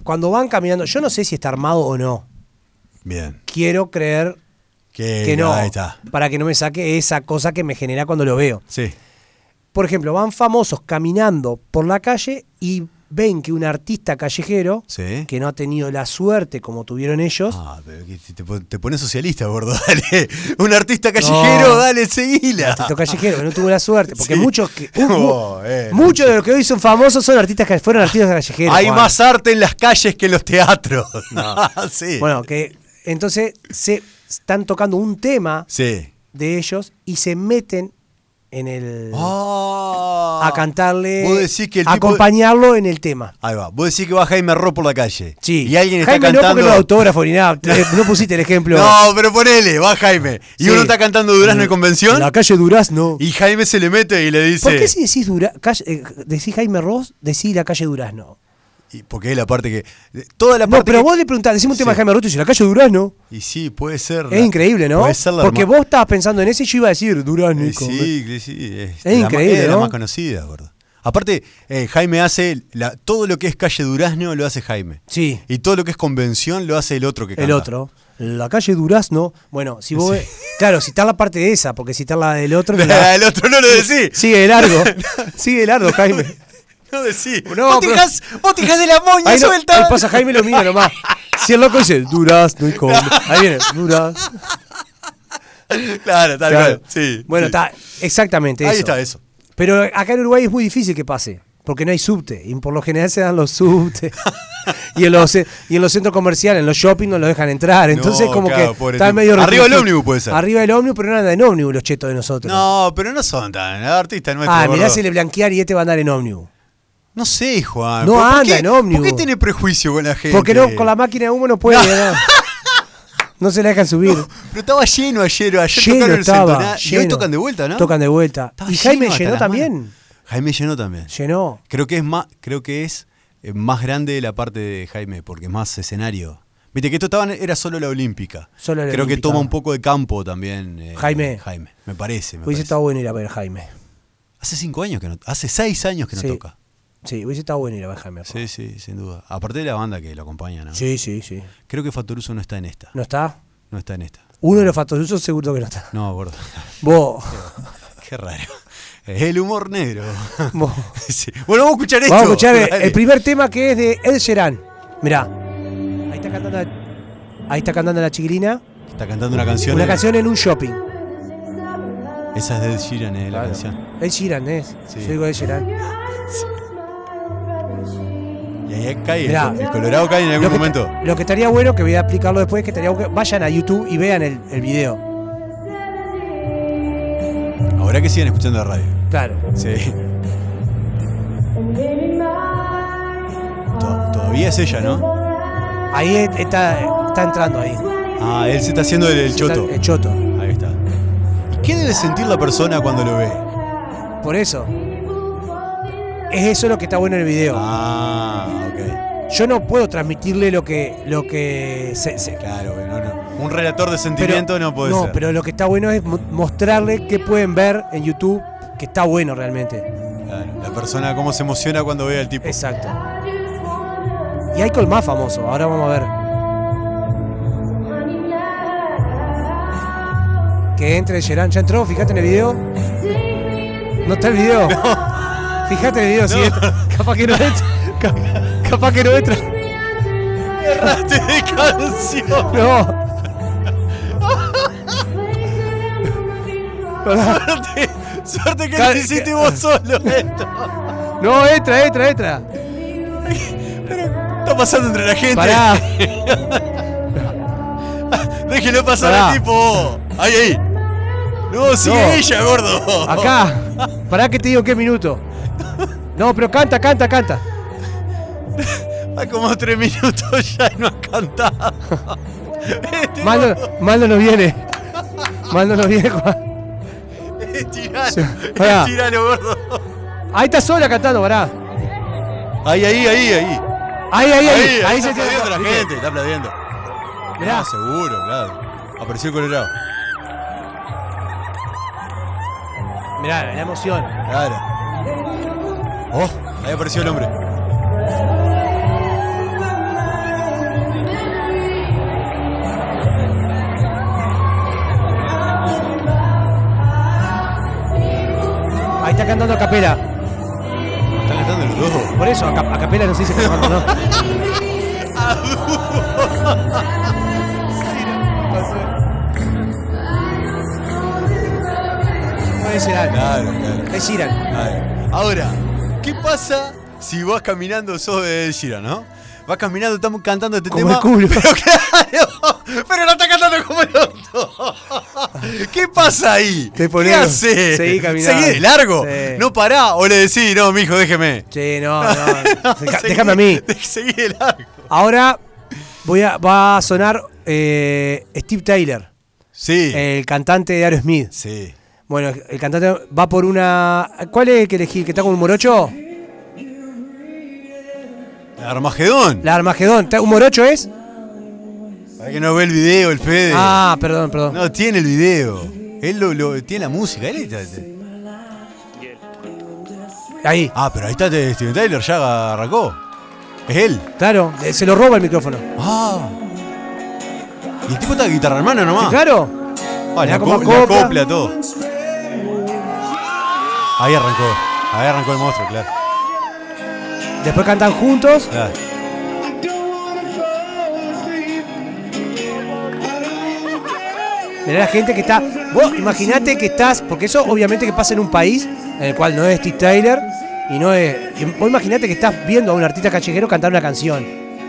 B: cuando van caminando, yo no sé si está armado o no.
C: Bien.
B: Quiero creer
C: Que,
B: que no.
C: Eh, Ahí está.
B: Para que no me saque esa cosa que me genera cuando lo veo.
C: Sí.
B: Por ejemplo, van famosos caminando por la calle y ven que un artista callejero
C: Sí.
B: que no ha tenido la suerte como tuvieron ellos.
C: Ah, pero que te, te pon- te pones socialista, gordo, [LAUGHS] dale. Un artista callejero,
B: No.
C: dale, seguila.
B: artista callejero que no tuvo la suerte
C: [LAUGHS]
B: porque
C: Sí.
B: muchos que uh,
C: Oh,
B: mu-
C: eh, Ah.
B: muchos de los que hoy son famosos son artistas que fueron artistas callejeros
C: Hay
B: Juan.
C: más arte en las calles que en los teatros. [LAUGHS] sí.
B: bueno que entonces se están tocando un tema
C: Sí.
B: de ellos y se meten en el
C: Ah.
B: a cantarle
C: Vos decís que el
B: a
C: tipo-
B: acompañarlo en el tema
C: Ahí va. Vos decís que va Jaime Ro por la calle.
B: sí
C: Y alguien está
B: Jaime no
C: cantando.
B: porque no es autógrafo ni
C: [LAUGHS]
B: nada te- no pusiste el ejemplo
C: No, pero ponele, va Jaime. Y
B: Sí.
C: uno está cantando Durazno y Convención.
B: en la calle Durazno
C: Y Jaime se le mete y le dice.
B: ¿por qué si decís, Dura- calle- eh, decís Jaime Ross decís la calle Durazno
C: Y porque es la parte que. Toda la
B: no
C: parte.
B: pero
C: que-
B: vos le preguntás decimos un tema
C: Sí.
B: de Jaime Ross y decís, la calle Durazno
C: Y sí, puede ser.
B: es
C: la-
B: increíble ¿no?
C: Puede ser la
B: porque
C: herma-
B: vos estabas pensando en ese y yo iba a decir Durazno y
C: Eh,
B: con-
C: sí, que sí. Es, La, ma-
B: increíble,
C: es la
B: ¿no?
C: más conocida, gordo. Aparte, eh, Jaime hace la- todo lo que es calle Durazno lo hace Jaime.
B: Sí.
C: Y todo lo que es convención lo hace el otro que
B: El
C: canta.
B: otro. La calle Durazno. Bueno, si vos. Claro, citar la parte de esa, porque citar la del otro. no la-
C: [LAUGHS] [LAUGHS] el otro no lo decís. [LAUGHS]
B: Sigue largo. sigue largo, Jaime.
C: No decís.
B: No,
C: vos,
B: pero-
C: tirás, vos tirás de la moña
B: Ahí, no-
C: suelta.
B: ahí pasa Jaime y lo mira nomás. Si el loco dice Durazno y con. Ahí viene, Durazno.
C: [LAUGHS] Claro, tal
B: Claro.
C: cual. Sí.
B: bueno,
C: sí.
B: está exactamente
C: Ahí
B: eso.
C: está eso.
B: Pero acá en Uruguay es muy difícil que pase, porque no hay subte. Y por lo general se dan
C: [LAUGHS]
B: los subtes. y, en los, ce- y en los centros comerciales, en los shopping no los dejan entrar. Entonces,
C: No,
B: como
C: claro,
B: que
C: pobre
B: está
C: tipo.
B: medio
C: Arriba
B: restrictivo.
C: del ómnibus puede ser.
B: Arriba del ómnibus, pero no andan en ómnibus los chetos de nosotros.
C: No, pero no son tan artistas nuestros.
B: ah, mirá,
C: gordo.
B: se le blanquear y este va a andar en ómnibus.
C: No sé, Juan.
B: No
C: ¿Por-
B: anda
C: ¿por qué,
B: en ómnibus.
C: ¿Por qué tiene prejuicio con la gente?
B: Porque
C: [LAUGHS]
B: no, con la máquina de humo no puede. No, No se la dejan subir.
C: Pero estaba lleno ayer, ayer
B: Lleno
C: tocaron el
B: estaba.
C: Centoná- y hoy
B: lleno.
C: tocan de vuelta, ¿no?
B: Tocan de vuelta.
C: Estaba
B: Y Jaime
C: lleno hasta
B: llenó
C: las
B: también.
C: manos. Jaime llenó también.
B: Llenó.
C: Creo que es más, creo que es eh, más grande la parte de Jaime, porque es más escenario. Viste que esto estaban, era solo la olímpica.
B: Solo la
C: creo que
B: olímpica.
C: toma un poco de campo también. eh,
B: Jaime.
C: Jaime, me parece. me
B: Hubiese
C: parece.
B: estado bueno ir a ver a Jaime.
C: Hace cinco años que no, hace seis años que no
B: Sí.
C: toca.
B: Sí, hubiese estado bueno ir a ver a Jaime.
C: Sí, sí, sin duda. Aparte de la banda que lo acompaña, ¿no?
B: Sí, sí, sí.
C: Creo que Fatoruso no está en esta.
B: ¿No está?
C: No está en esta.
B: Uno de los fatorusos seguro que no está.
C: No, gordo.
B: Vos,
C: [LAUGHS] Qué raro. El humor negro. [LAUGHS]
B: vos.
C: Sí. Bueno, vamos a escuchar esto.
B: Vamos a escuchar el,
C: Dale.
B: el primer tema que es de Ed Sheeran. Mirá. Ahí está cantando la, ahí está cantando la chiquilina.
C: Está cantando una canción.
B: Una
C: eh.
B: canción en un shopping.
C: Esa es de Ed Sheeran, eh, la
B: Claro.
C: canción.
B: Ed Sheeran es. ¿eh?
C: Sí.
B: Yo digo Ed Sheeran.
C: Y ahí cae.
B: Mirá.
C: El, el Colorado cae en algún
B: Lo que,
C: momento.
B: lo que estaría bueno, que voy a explicarlo después, que estaría bueno que vayan a YouTube y vean el, el video.
C: Ahora que sigan escuchando la radio.
B: Claro.
C: Sí. To- Todavía es ella, ¿no?
B: Ahí e- está, está entrando ahí.
C: Ah, él se está haciendo el, el choto.
B: Está- eh. el choto.
C: Ahí está. ¿Y qué debe sentir la persona cuando lo ve?
B: Por eso. Es eso lo que está bueno en el video.
C: Ah, ok.
B: Yo no puedo transmitirle lo que. Lo que se- se-
C: Claro, bueno, no. Un relator de sentimiento no puede ser.
B: pero lo que está bueno es mo- mostrarle qué pueden ver en YouTube, que está bueno realmente.
C: Claro, la persona cómo se emociona cuando ve al [LAUGHS] tipo.
B: Exacto. Y hay col más famoso, ahora vamos a ver. Que entre Gerán, ya entró, fíjate en el video. No está el [LAUGHS] video. Fíjate en el video, si entra. [LAUGHS] capaz que no entra. Ca- capaz que no entra.
C: ¡Erraste de canción!
B: [LAUGHS] No.
C: Suerte, suerte que
B: Ca-
C: lo hiciste vos solo eh. esto.
B: No, entra, entra, entra.
C: Está pasando entre la gente.
B: Pará.
C: Déjelo pasar
B: Pará.
C: al tipo. Ahí, ahí. No, sigue
B: No.
C: ella, gordo.
B: Acá. Pará que te digo qué minuto. No, pero canta, canta, canta.
C: A como tres minutos ya no ha cantado. Este
B: Mal no, mal no nos viene. Mal no nos viene, Juan.
C: Estiralo,
B: pará.
C: estiralo, gordo.
B: Ahí está sola cantando, pará.
C: Ahí, ahí, ahí, ahí.
B: Ahí, ahí, ahí. Ahí,
C: está
B: se tiene.
C: aplaudiendo la gente, está aplaudiendo.
B: Mirá.
C: No, seguro, claro. Apareció el colorado.
B: Mirá, la emoción.
C: Claro. Oh, ahí apareció el hombre.
B: Ahí está cantando a capela.
C: Están cantando los dos.
B: Por eso, a, cap- a capela no se dice que canta, ¿no? No es Irán.
C: Claro, claro.
B: Es Irán.
C: Claro. Ahora, ¿qué pasa si vas caminando sos de Gira, no? Vas caminando, estamos cantando este
B: Como
C: tema.
B: el culo.
C: Pero claro, pero no está cantando como el otro. ¿Qué pasa ahí?
B: Te
C: ¿Qué
B: ponés-
C: haces?
B: seguí caminando.
C: Seguí de largo.
B: Sí.
C: No pará o le decís, no, mijo, déjeme.
B: Sí,
C: [LAUGHS]
B: no, no. Ah, Deja-
C: Seguí-
B: Déjame a mí.
C: Seguí de largo.
B: Ahora voy a, va a sonar eh, Steve Taylor,
C: Sí.
B: el cantante de Aerosmith.
C: Sí.
B: Bueno, el cantante va por una. ¿Cuál es el que elegí? ¿El que está con un morocho?
C: Armagedón.
B: La Armagedón. ¿Está- ¿Un morocho es?
C: Para que no ve el video, el Fede.
B: Ah, perdón, perdón.
C: No, tiene el video. Él lo, lo- tiene la música. Él está-
B: Es Ahí,
C: Ah, pero ahí está Steven Tyler, ya arrancó. Es él.
B: claro, eh, se lo roba el micrófono.
C: Ah. Y el tipo está de guitarra hermana nomás.
B: Claro,
C: Ah,
B: Le
C: la,
B: da como
C: co- la
B: acopla.
C: copla, todo. Ahí arrancó. Ahí arrancó el monstruo, claro.
B: después cantan juntos.
C: claro.
B: Mirá la gente que está. Vos imaginate que estás. Porque eso obviamente que pasa en un país en el cual no es Steve Tyler y no es. y Vos imaginate que estás viendo a un artista callejero cantar una canción.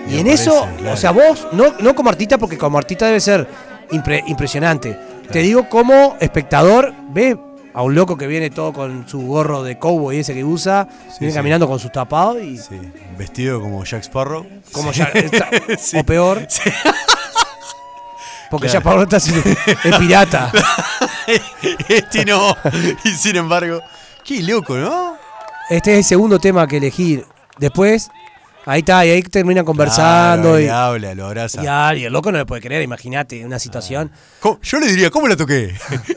B: Y,
C: Y
B: en
C: aparece,
B: eso,
C: claro.
B: o sea, vos, no, no como artista, porque como artista debe ser impre- impresionante. Te digo, como espectador, ves a un loco que viene todo con su gorro de cowboy ese que usa, viene
C: sí.
B: caminando con sus tapados y.
C: Sí. Vestido como Jack Sparrow.
B: Como
C: Sí.
B: ya. está-
C: [LAUGHS] Sí.
B: O peor. [LAUGHS] Porque
C: Claro.
B: ya Pablo está siendo- es
C: [LAUGHS]
B: pirata.
C: este no. Y sin embargo. Qué loco, ¿no?
B: Este es el segundo tema que elegir. Después, ahí está, y ahí terminan conversando.
C: Claro,
B: y,
C: le habla, lo abraza.
B: y, ah, y el loco no le puede creer, imagínate una situación.
C: ¿Cómo- Yo le diría, ¿cómo la toqué?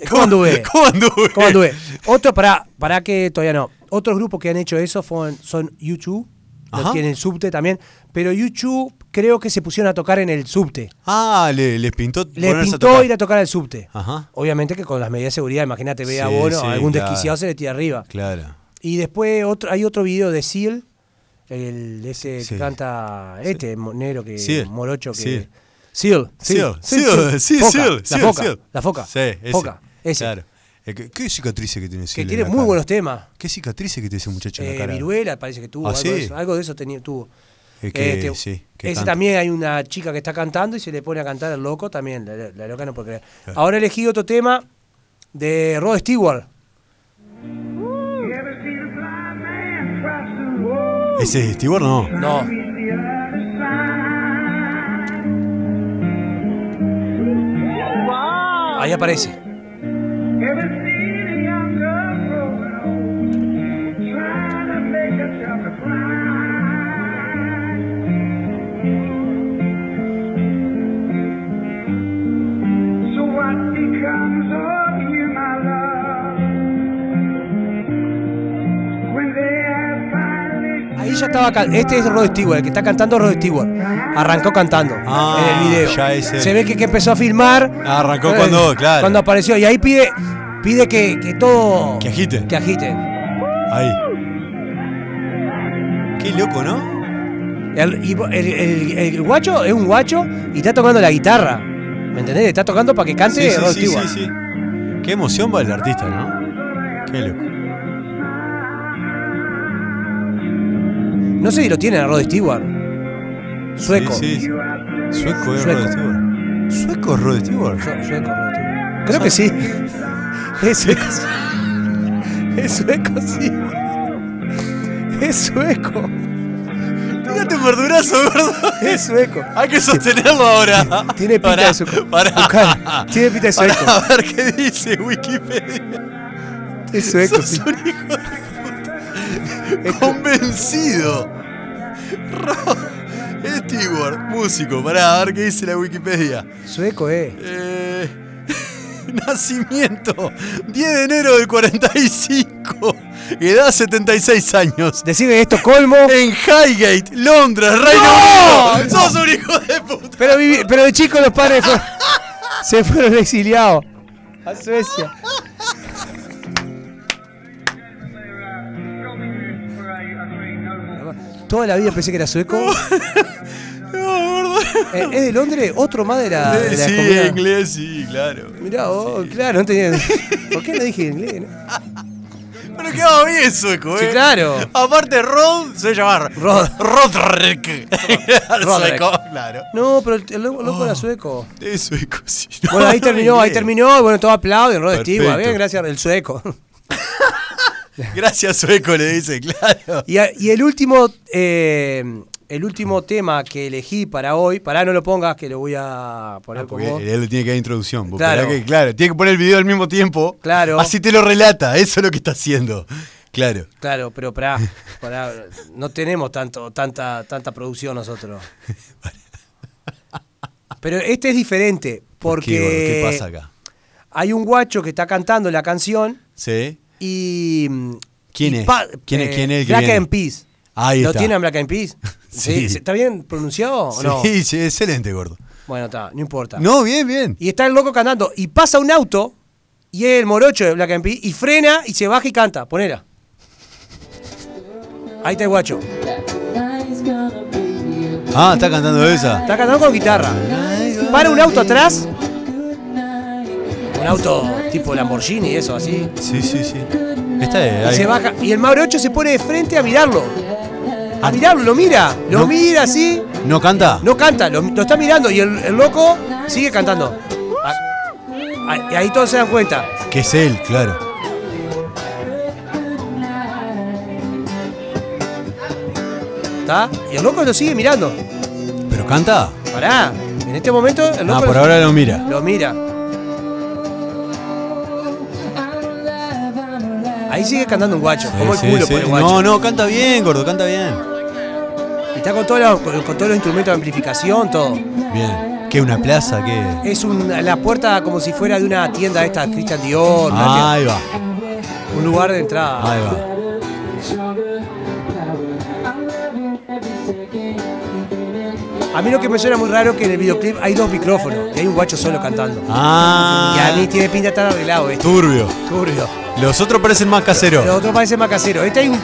B: ¿Cómo anduve?
C: [LAUGHS] ¿Cómo anduve? [LAUGHS]
B: ¿Cómo anduve? Otro, pará, pará que todavía no. Otros grupos que han hecho eso fue- son YouTube,
C: Ajá.
B: lo tienen subte también, pero YouTube creo que se pusieron a tocar en el subte.
C: Ah, le, les pintó.
B: Le
C: ponerse a
B: pintó
C: tocar.
B: ir a tocar al subte.
C: Ajá.
B: Obviamente que con las medidas de seguridad, imagínate, ve a
C: Sí,
B: Bono,
C: sí,
B: algún
C: claro.
B: desquiciado se le tira arriba.
C: Claro.
B: Y después otro, hay otro video de Seal, el ese
C: Sí.
B: que canta este mo- negro que
C: Seal.
B: morocho que
C: Seal.
B: Seal,
C: Seal, Seal, sí,
B: Foca,
C: Seal,
B: la
C: Seal,
B: foca,
C: Seal.
B: la foca.
C: Sí, ese.
B: Foca, ese.
C: Claro. Eh, ¿Qué, qué cicatrices que tiene
B: Que
C: Seal en
B: tiene
C: la
B: muy
C: cara?
B: buenos temas.
C: ¿Qué cicatrices que tiene ese muchacho en
B: Eh,
C: la cara?
B: viruela parece que tuvo,
C: Ah,
B: algo,
C: ¿sí?
B: de eso, algo de eso tenía, tuvo.
C: Es que,
B: Este,
C: sí, que
B: ese
C: canta.
B: también hay una chica que está cantando y se le pone a cantar el loco también, la, la- la loca no puede creer. Ahora elegí otro tema de Rod Stewart.
C: ¿Ese es Stewart? No.
B: No. Ahí aparece. Ahí ya estaba can- Este es Rod Stewart, el que está cantando es Rod Stewart. Arrancó cantando
C: Ah,
B: en el video.
C: ya es él.
B: Se ve que, que empezó a filmar.
C: Arrancó cuando, claro.
B: Eh, Cuando apareció. Y ahí pide, pide que, que todo.
C: Que agiten.
B: Que agiten.
C: Ahí. Qué loco, ¿no?
B: El, y el- el- el guacho es un guacho y está tocando la guitarra. ¿Me entendés? Está tocando para que cante
C: sí,
B: Rod
C: sí,
B: Stewart.
C: sí, sí. Qué emoción va el artista, ¿no? Qué loco.
B: No sé si lo tienen a Rod Stewart. Sueco.
C: Sí, sí. Sueco es
B: Sueco.
C: Rod Stewart. Sueco es Rod Stewart.
B: Su- sueco, Rod Stewart. Creo que [LAUGHS] sí. Es sueco. sí. Es sueco, sí. Es sueco.
C: Fíjate un verdurazo, gordo.
B: Es sueco.
C: Hay que sostenerlo ahora.
B: Tiene pinta
C: Pará,
B: de sueco.
C: pará.
B: Buscá. Tiene pinta de sueco.
C: Pará, a ver qué dice Wikipedia.
B: Es sueco,
C: Sos
B: sí.
C: un hijo de puta. Convencido. Ro- Stewart, músico. Pará, a ver qué dice la Wikipedia.
B: Sueco, eh.
C: Eh, [LAUGHS] nacimiento 10 de enero del 45. Edad 76 años.
B: Decime esto, Colmo.
C: En Highgate, Londres, Reino
B: ¡No!
C: Unido. Sos un hijo de puta.
B: Pero, vivi- pero de chico los padres [LAUGHS] fue- se fueron exiliados a Suecia. Toda la vida pensé que era sueco.
C: No, gordo.
B: Eh, ¿Es de Londres? ¿Otro más de la, de Ah, la
C: Sí,
B: comunidad?
C: inglés, sí, claro.
B: Mirá vos, claro, no tenía. ¿Por qué no dije inglés? no?
C: Pero quedaba bien sueco,
B: Sí,
C: eh.
B: claro.
C: Aparte, Rod se llama Rod. Rodrick.
B: [LAUGHS] Rodrick.
C: sueco, claro.
B: No, pero el, el loco loco era sueco.
C: Es sueco, sí. [LAUGHS]
B: Bueno, ahí terminó, ahí
C: Oh. Bien.
B: terminó. y Bueno, todo aplauden, Rod Stewart.
C: Perfecto.
B: Bien, gracias, el sueco.
C: Gracias, sueco, le dice, claro.
B: Y, a- y el último eh, el último tema que elegí para hoy, pará, no lo pongas, que lo voy a poner con vos.
C: Ah, Porque él le tiene que dar introducción. vos
B: Claro.
C: esperá que- claro, tiene que poner el video al mismo tiempo.
B: Claro.
C: Así te lo relata, eso es lo que está haciendo. Claro.
B: Claro,
C: [LAUGHS]
B: pero pará, pará, no tenemos tanto, tanta, tanta
C: [LAUGHS]
B: producción nosotros. Pero este es diferente, porque
C: ¿Qué, gordo? ¿Qué pasa acá?
B: hay un guacho que está cantando la canción
C: Sí.
B: y mm,
C: ¿Quién
B: Y
C: es?
B: pa-
C: ¿Quién es?
B: eh,
C: ¿Quién es el que
B: Black
C: viene?
B: and Peace.
C: Ahí
B: ¿Lo
C: está.
B: tiene a Black
C: [LAUGHS]
B: and Peace?
C: Sí.
B: ¿Sí? ¿Está bien pronunciado o no?
C: Sí, sí, excelente, gordo.
B: Bueno, está, no importa.
C: No, bien, bien.
B: Y está el loco cantando. Y pasa un auto y es el morocho de Black and Peas y frena y se baja y canta. Ponela. Ahí está el guacho.
C: Ah, está cantando esa.
B: Está cantando con guitarra. Para un auto atrás. Un auto tipo Lamborghini y eso así.
C: Sí, sí, sí. Esta es.
B: Y
C: ahí.
B: se baja. Y el morocho se pone de frente a mirarlo. A
C: Ah,
B: mirarlo, lo mira. Lo
C: No.
B: mira así.
C: ¿No canta?
B: No canta, lo, lo está mirando y el, el loco sigue cantando. Ah, ah, y ahí todos se dan cuenta.
C: Que es él, claro.
B: ¿Está? Y el loco lo sigue mirando.
C: ¿Pero canta?
B: Pará. En este momento el
C: Ah,
B: loco
C: por
B: lo,
C: ahora lo mira.
B: lo mira. Ahí sigue cantando un guacho, como el
C: Sí,
B: culo
C: sí.
B: por el guacho.
C: No, no, canta bien, gordo, canta bien.
B: Y está con, todos los- con- con todos los instrumentos de amplificación, todo.
C: Bien. ¿Qué, una plaza? ¿Qué?
B: Es un- la puerta como si fuera de una tienda esta, Christian Dior, una tienda-
C: Ahí va,
B: un lugar de entrada.
C: ahí va.
B: A mí lo que me suena muy raro es que en el videoclip hay dos micrófonos y hay un guacho solo cantando. Y a mí
C: Ah,
B: tiene pinta de estar arreglado esto.
C: turbio.
B: Turbio.
C: Los otros parecen más
B: Los
C: caseros.
B: otros parecen más caseros. Este hay un,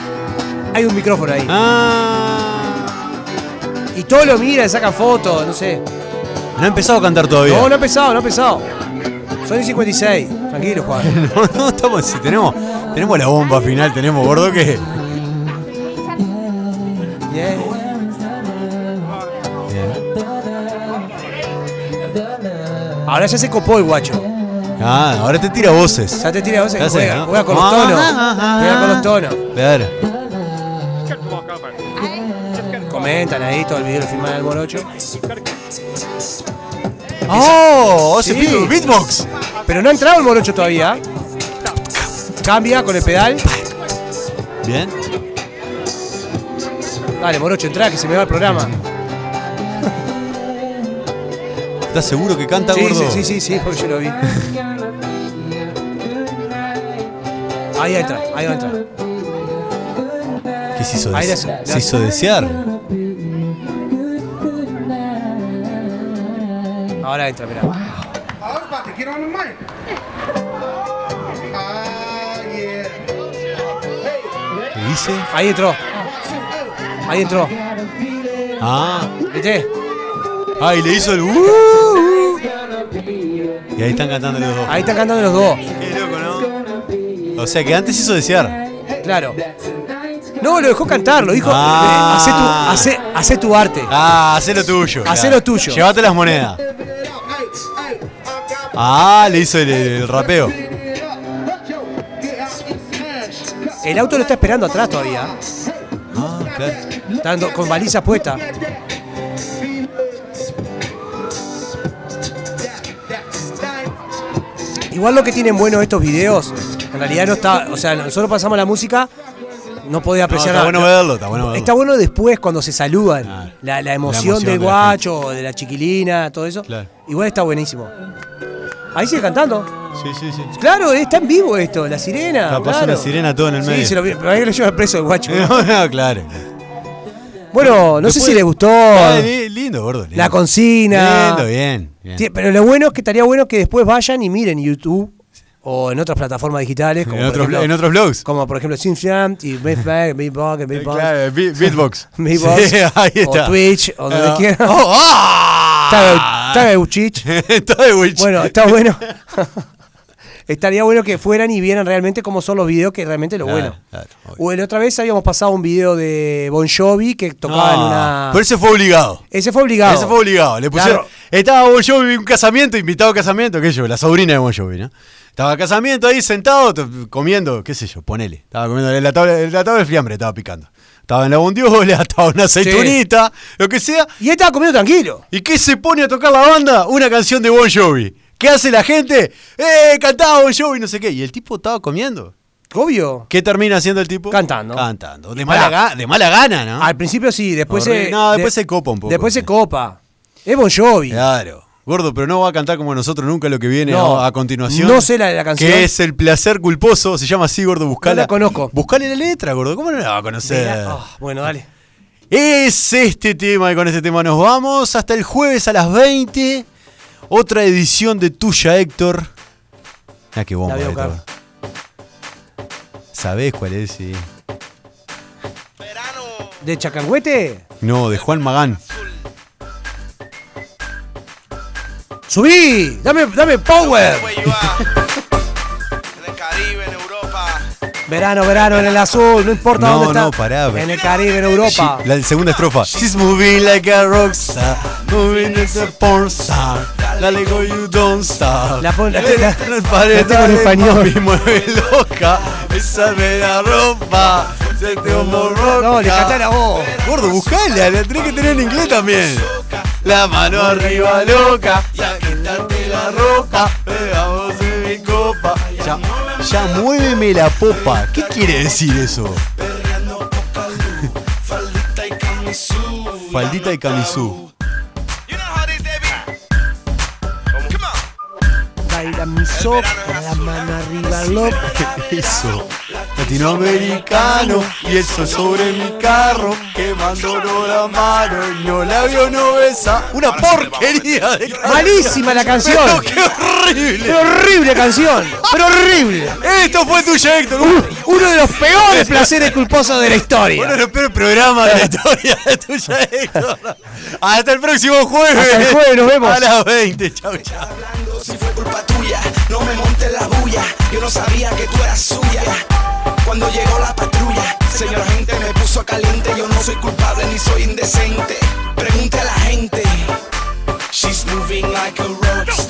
B: hay un micrófono ahí.
C: Ah.
B: Y todos lo miran, sacan fotos, no sé.
C: No ha empezado a cantar todavía.
B: No, no ha pesado, no ha pesado. Son el 56. Tranquilo, Juan.
C: [LAUGHS] No, no, estamos. Si tenemos, tenemos la bomba final, tenemos gordo que.
B: Bien. Ahora ya se copó el guacho.
C: Ah, ahora te tira voces.
B: Ya te tira voces que
C: Ya sé,
B: juega,
C: ¿no?
B: juega con los
C: Ah,
B: tonos.
C: ah, ah,
B: Juega con los tonos.
C: Claro.
B: Comentan ahí todo el video lo filman al morocho.
C: ¡Oh! ¡Se
B: Sí.
C: pide un beatbox!
B: Pero no ha entrado el morocho todavía. Cambia con el pedal.
C: Bien.
B: Dale, morocho, entra que se me va el programa.
C: ¿Estás seguro que canta,
B: Sí,
C: gordo?
B: sí, sí, sí, sí, porque yo lo vi. Ahí entra, ahí va a entrar.
C: ¿Qué se hizo,
B: Ahí
C: des-
B: la- la-
C: se hizo desear?
B: Ahora entra, mirá.
F: I was about to get on the mic. Ah, yeah.
C: ¿Qué dice?
B: Ahí entró. Ahí entró.
C: Ah.
B: ¿Viste?
C: Ah, y le hizo el. "Uh". Y ahí están cantando los dos.
B: Ahí están cantando los dos.
C: Qué loco, ¿no? O sea que antes se hizo desear.
B: Claro. No, lo dejó cantar, lo dijo.
C: Ah.
B: eh, hacé, tu, hacé- hacé tu arte.
C: Ah, hacé lo tuyo.
B: Hacé
C: claro.
B: lo tuyo.
C: Llévate las monedas. Ah, le hizo el, el rapeo.
B: El auto lo está esperando atrás todavía.
C: Ah, claro.
B: Está dando- con baliza puesta. Igual lo que tienen bueno estos videos, en realidad no está. O sea, nosotros pasamos la música, no podés
C: No,
B: apreciar
C: está
B: la-
C: bueno
B: la-
C: verlo, está bueno verlo.
B: Está bueno después cuando se saludan.
C: Claro.
B: La, la
C: La
B: emoción
C: emoción
B: del
C: de la gente.
B: guacho, de la chiquilina, todo eso.
C: Claro.
B: Igual está buenísimo. Ahí sigue cantando.
C: Sí, sí, sí. [LAUGHS]
B: Claro, está en vivo esto, la sirena.
C: Está, pasó
B: claro.
C: una sirena todo en el medio.
B: Sí, se lo, vi- pero ahí lo lleva preso
C: [LAUGHS]
B: el guacho.
C: No, no, claro.
B: Bueno, no sé
C: Después-
B: si le gustó
C: Ah, li- lindo, gordo. lindo.
B: Oh. la consigna.
C: Lindo, bien. bien.
B: Sí, Pero lo bueno es que estaría bueno que después vayan y miren YouTube o en otras plataformas digitales. Como
C: En,
B: por
C: otros,
B: ejemplo-
C: en otros blogs.
B: Como por ejemplo Sinflam y
C: [LAUGHS]
B: Beatbag, Beatbox,
C: Eh,
B: Beatbox.
C: Claro, bi- beatbox.
B: [LAUGHS] Beatbox,
C: Sí, [LAUGHS] ahí
B: o
C: está.
B: Twitch, o donde
C: Ah.
B: quiera.
C: [LAUGHS] Oh, ah.
B: Está de
C: [LAUGHS]
B: Uchich.
C: Está de Twitch.
B: Bueno, está bueno. [LAUGHS] Estaría bueno que fueran y vieran realmente cómo son los videos, que realmente es lo
C: Claro,
B: bueno.
C: claro, obvio.
B: o la otra vez habíamos pasado un video de Bon Jovi que tocaba en
C: No,
B: una.
C: Ah. Pero ese fue obligado.
B: Ese fue obligado.
C: Ese fue obligado. Le pusieron.
B: Claro.
C: Estaba Bon Jovi en un casamiento, invitado a casamiento, qué sé yo, la sobrina de Bon Jovi, ¿no? Estaba a casamiento ahí sentado, t- comiendo, qué sé yo, ponele. Estaba comiendo en la tabla, en la tabla del fiambre, estaba picando. Estaba en la bondiola, [LAUGHS] estaba en una aceitunita, lo que sea.
B: Y él estaba comiendo tranquilo.
C: ¿Y qué se pone a tocar la banda? Una canción de Bon Jovi. ¿Qué hace la gente? ¡Eh, cantaba Bon Jovi! No sé qué. Y el tipo estaba comiendo.
B: Obvio.
C: ¿Qué termina haciendo el tipo?
B: Cantando.
C: Cantando. De mala, ga- de mala gana, ¿no?
B: Al principio sí, después
C: Ah. Horrible.
B: se.
C: No, después se copa un poco,
B: Después
C: sí.
B: se copa. Es Bon Jovi.
C: Claro. Gordo, pero no va a cantar como nosotros nunca lo que viene
B: No,
C: a, a continuación.
B: no sé la de la canción.
C: Que es El placer culposo, se llama así, Gordo, buscala.
B: No la conozco.
C: Buscale la letra, Gordo, ¿cómo no la va a
B: De
C: conocer?
B: la- ah, bueno, dale.
C: Es este tema y con este tema nos vamos hasta el jueves a las 20. Otra edición de tuya, Héctor. Ah, qué bomba.
B: La voy a
C: Héctor.
B: buscar.
C: ¿Sabés cuál es? Sí.
B: ¿De Chacangüete?
C: No, de Juan Magán.
B: ¡Subí! ¡Dame, dame power! Verano, verano en el azul, no importa
C: No,
B: dónde está.
C: no, pará,
B: en
C: ve-
B: el Caribe, en Europa.
C: Sí, La segunda estrofa. She's moving like a rockstar, moving like a porn star. Dale go you don't stop.
B: La pon- la-
C: Dale,
B: la-
C: dale, dale,
B: tengo en
C: dale,
B: español.
C: mami, mueve loca, esa me la ropa. Se te como roca.
B: No, le cantá la voz.
C: Gordo, buscala, la tenés que tener en inglés también. La mano arriba loca, ya quitarte la ropa, pegamos en mi copa. Ya, ya muéveme la popa. ¿Qué quiere decir eso? Faldita y camisú.
B: Baila mi sopa, la mano arriba, loco.
C: [LAUGHS] Eso. Latinoamericano y eso sobre mi carro quemando no la mano y no labio no besa. Una porquería de canción.
B: Malísima la
C: Pero
B: canción.
C: qué horrible.
B: Pero horrible canción. Pero horrible.
C: Esto fue tuyo, Héctor.
B: Uno de los
C: [LAUGHS]
B: peores placeres culposos de la
C: Uno de
B: historia.
C: los peores programas de la historia de tuya, Héctor. Hasta el próximo jueves.
B: Hasta el jueves, nos vemos.
C: A las 20. Chau, chau.
G: Si fue culpa tuya, no me montes la bulla. Yo no sabía que tú eras suya. Cuando llegó la patrulla, señora gente me puso caliente. Yo no soy culpable ni soy indecente. Pregunte a la gente. She's moving like a rockstar.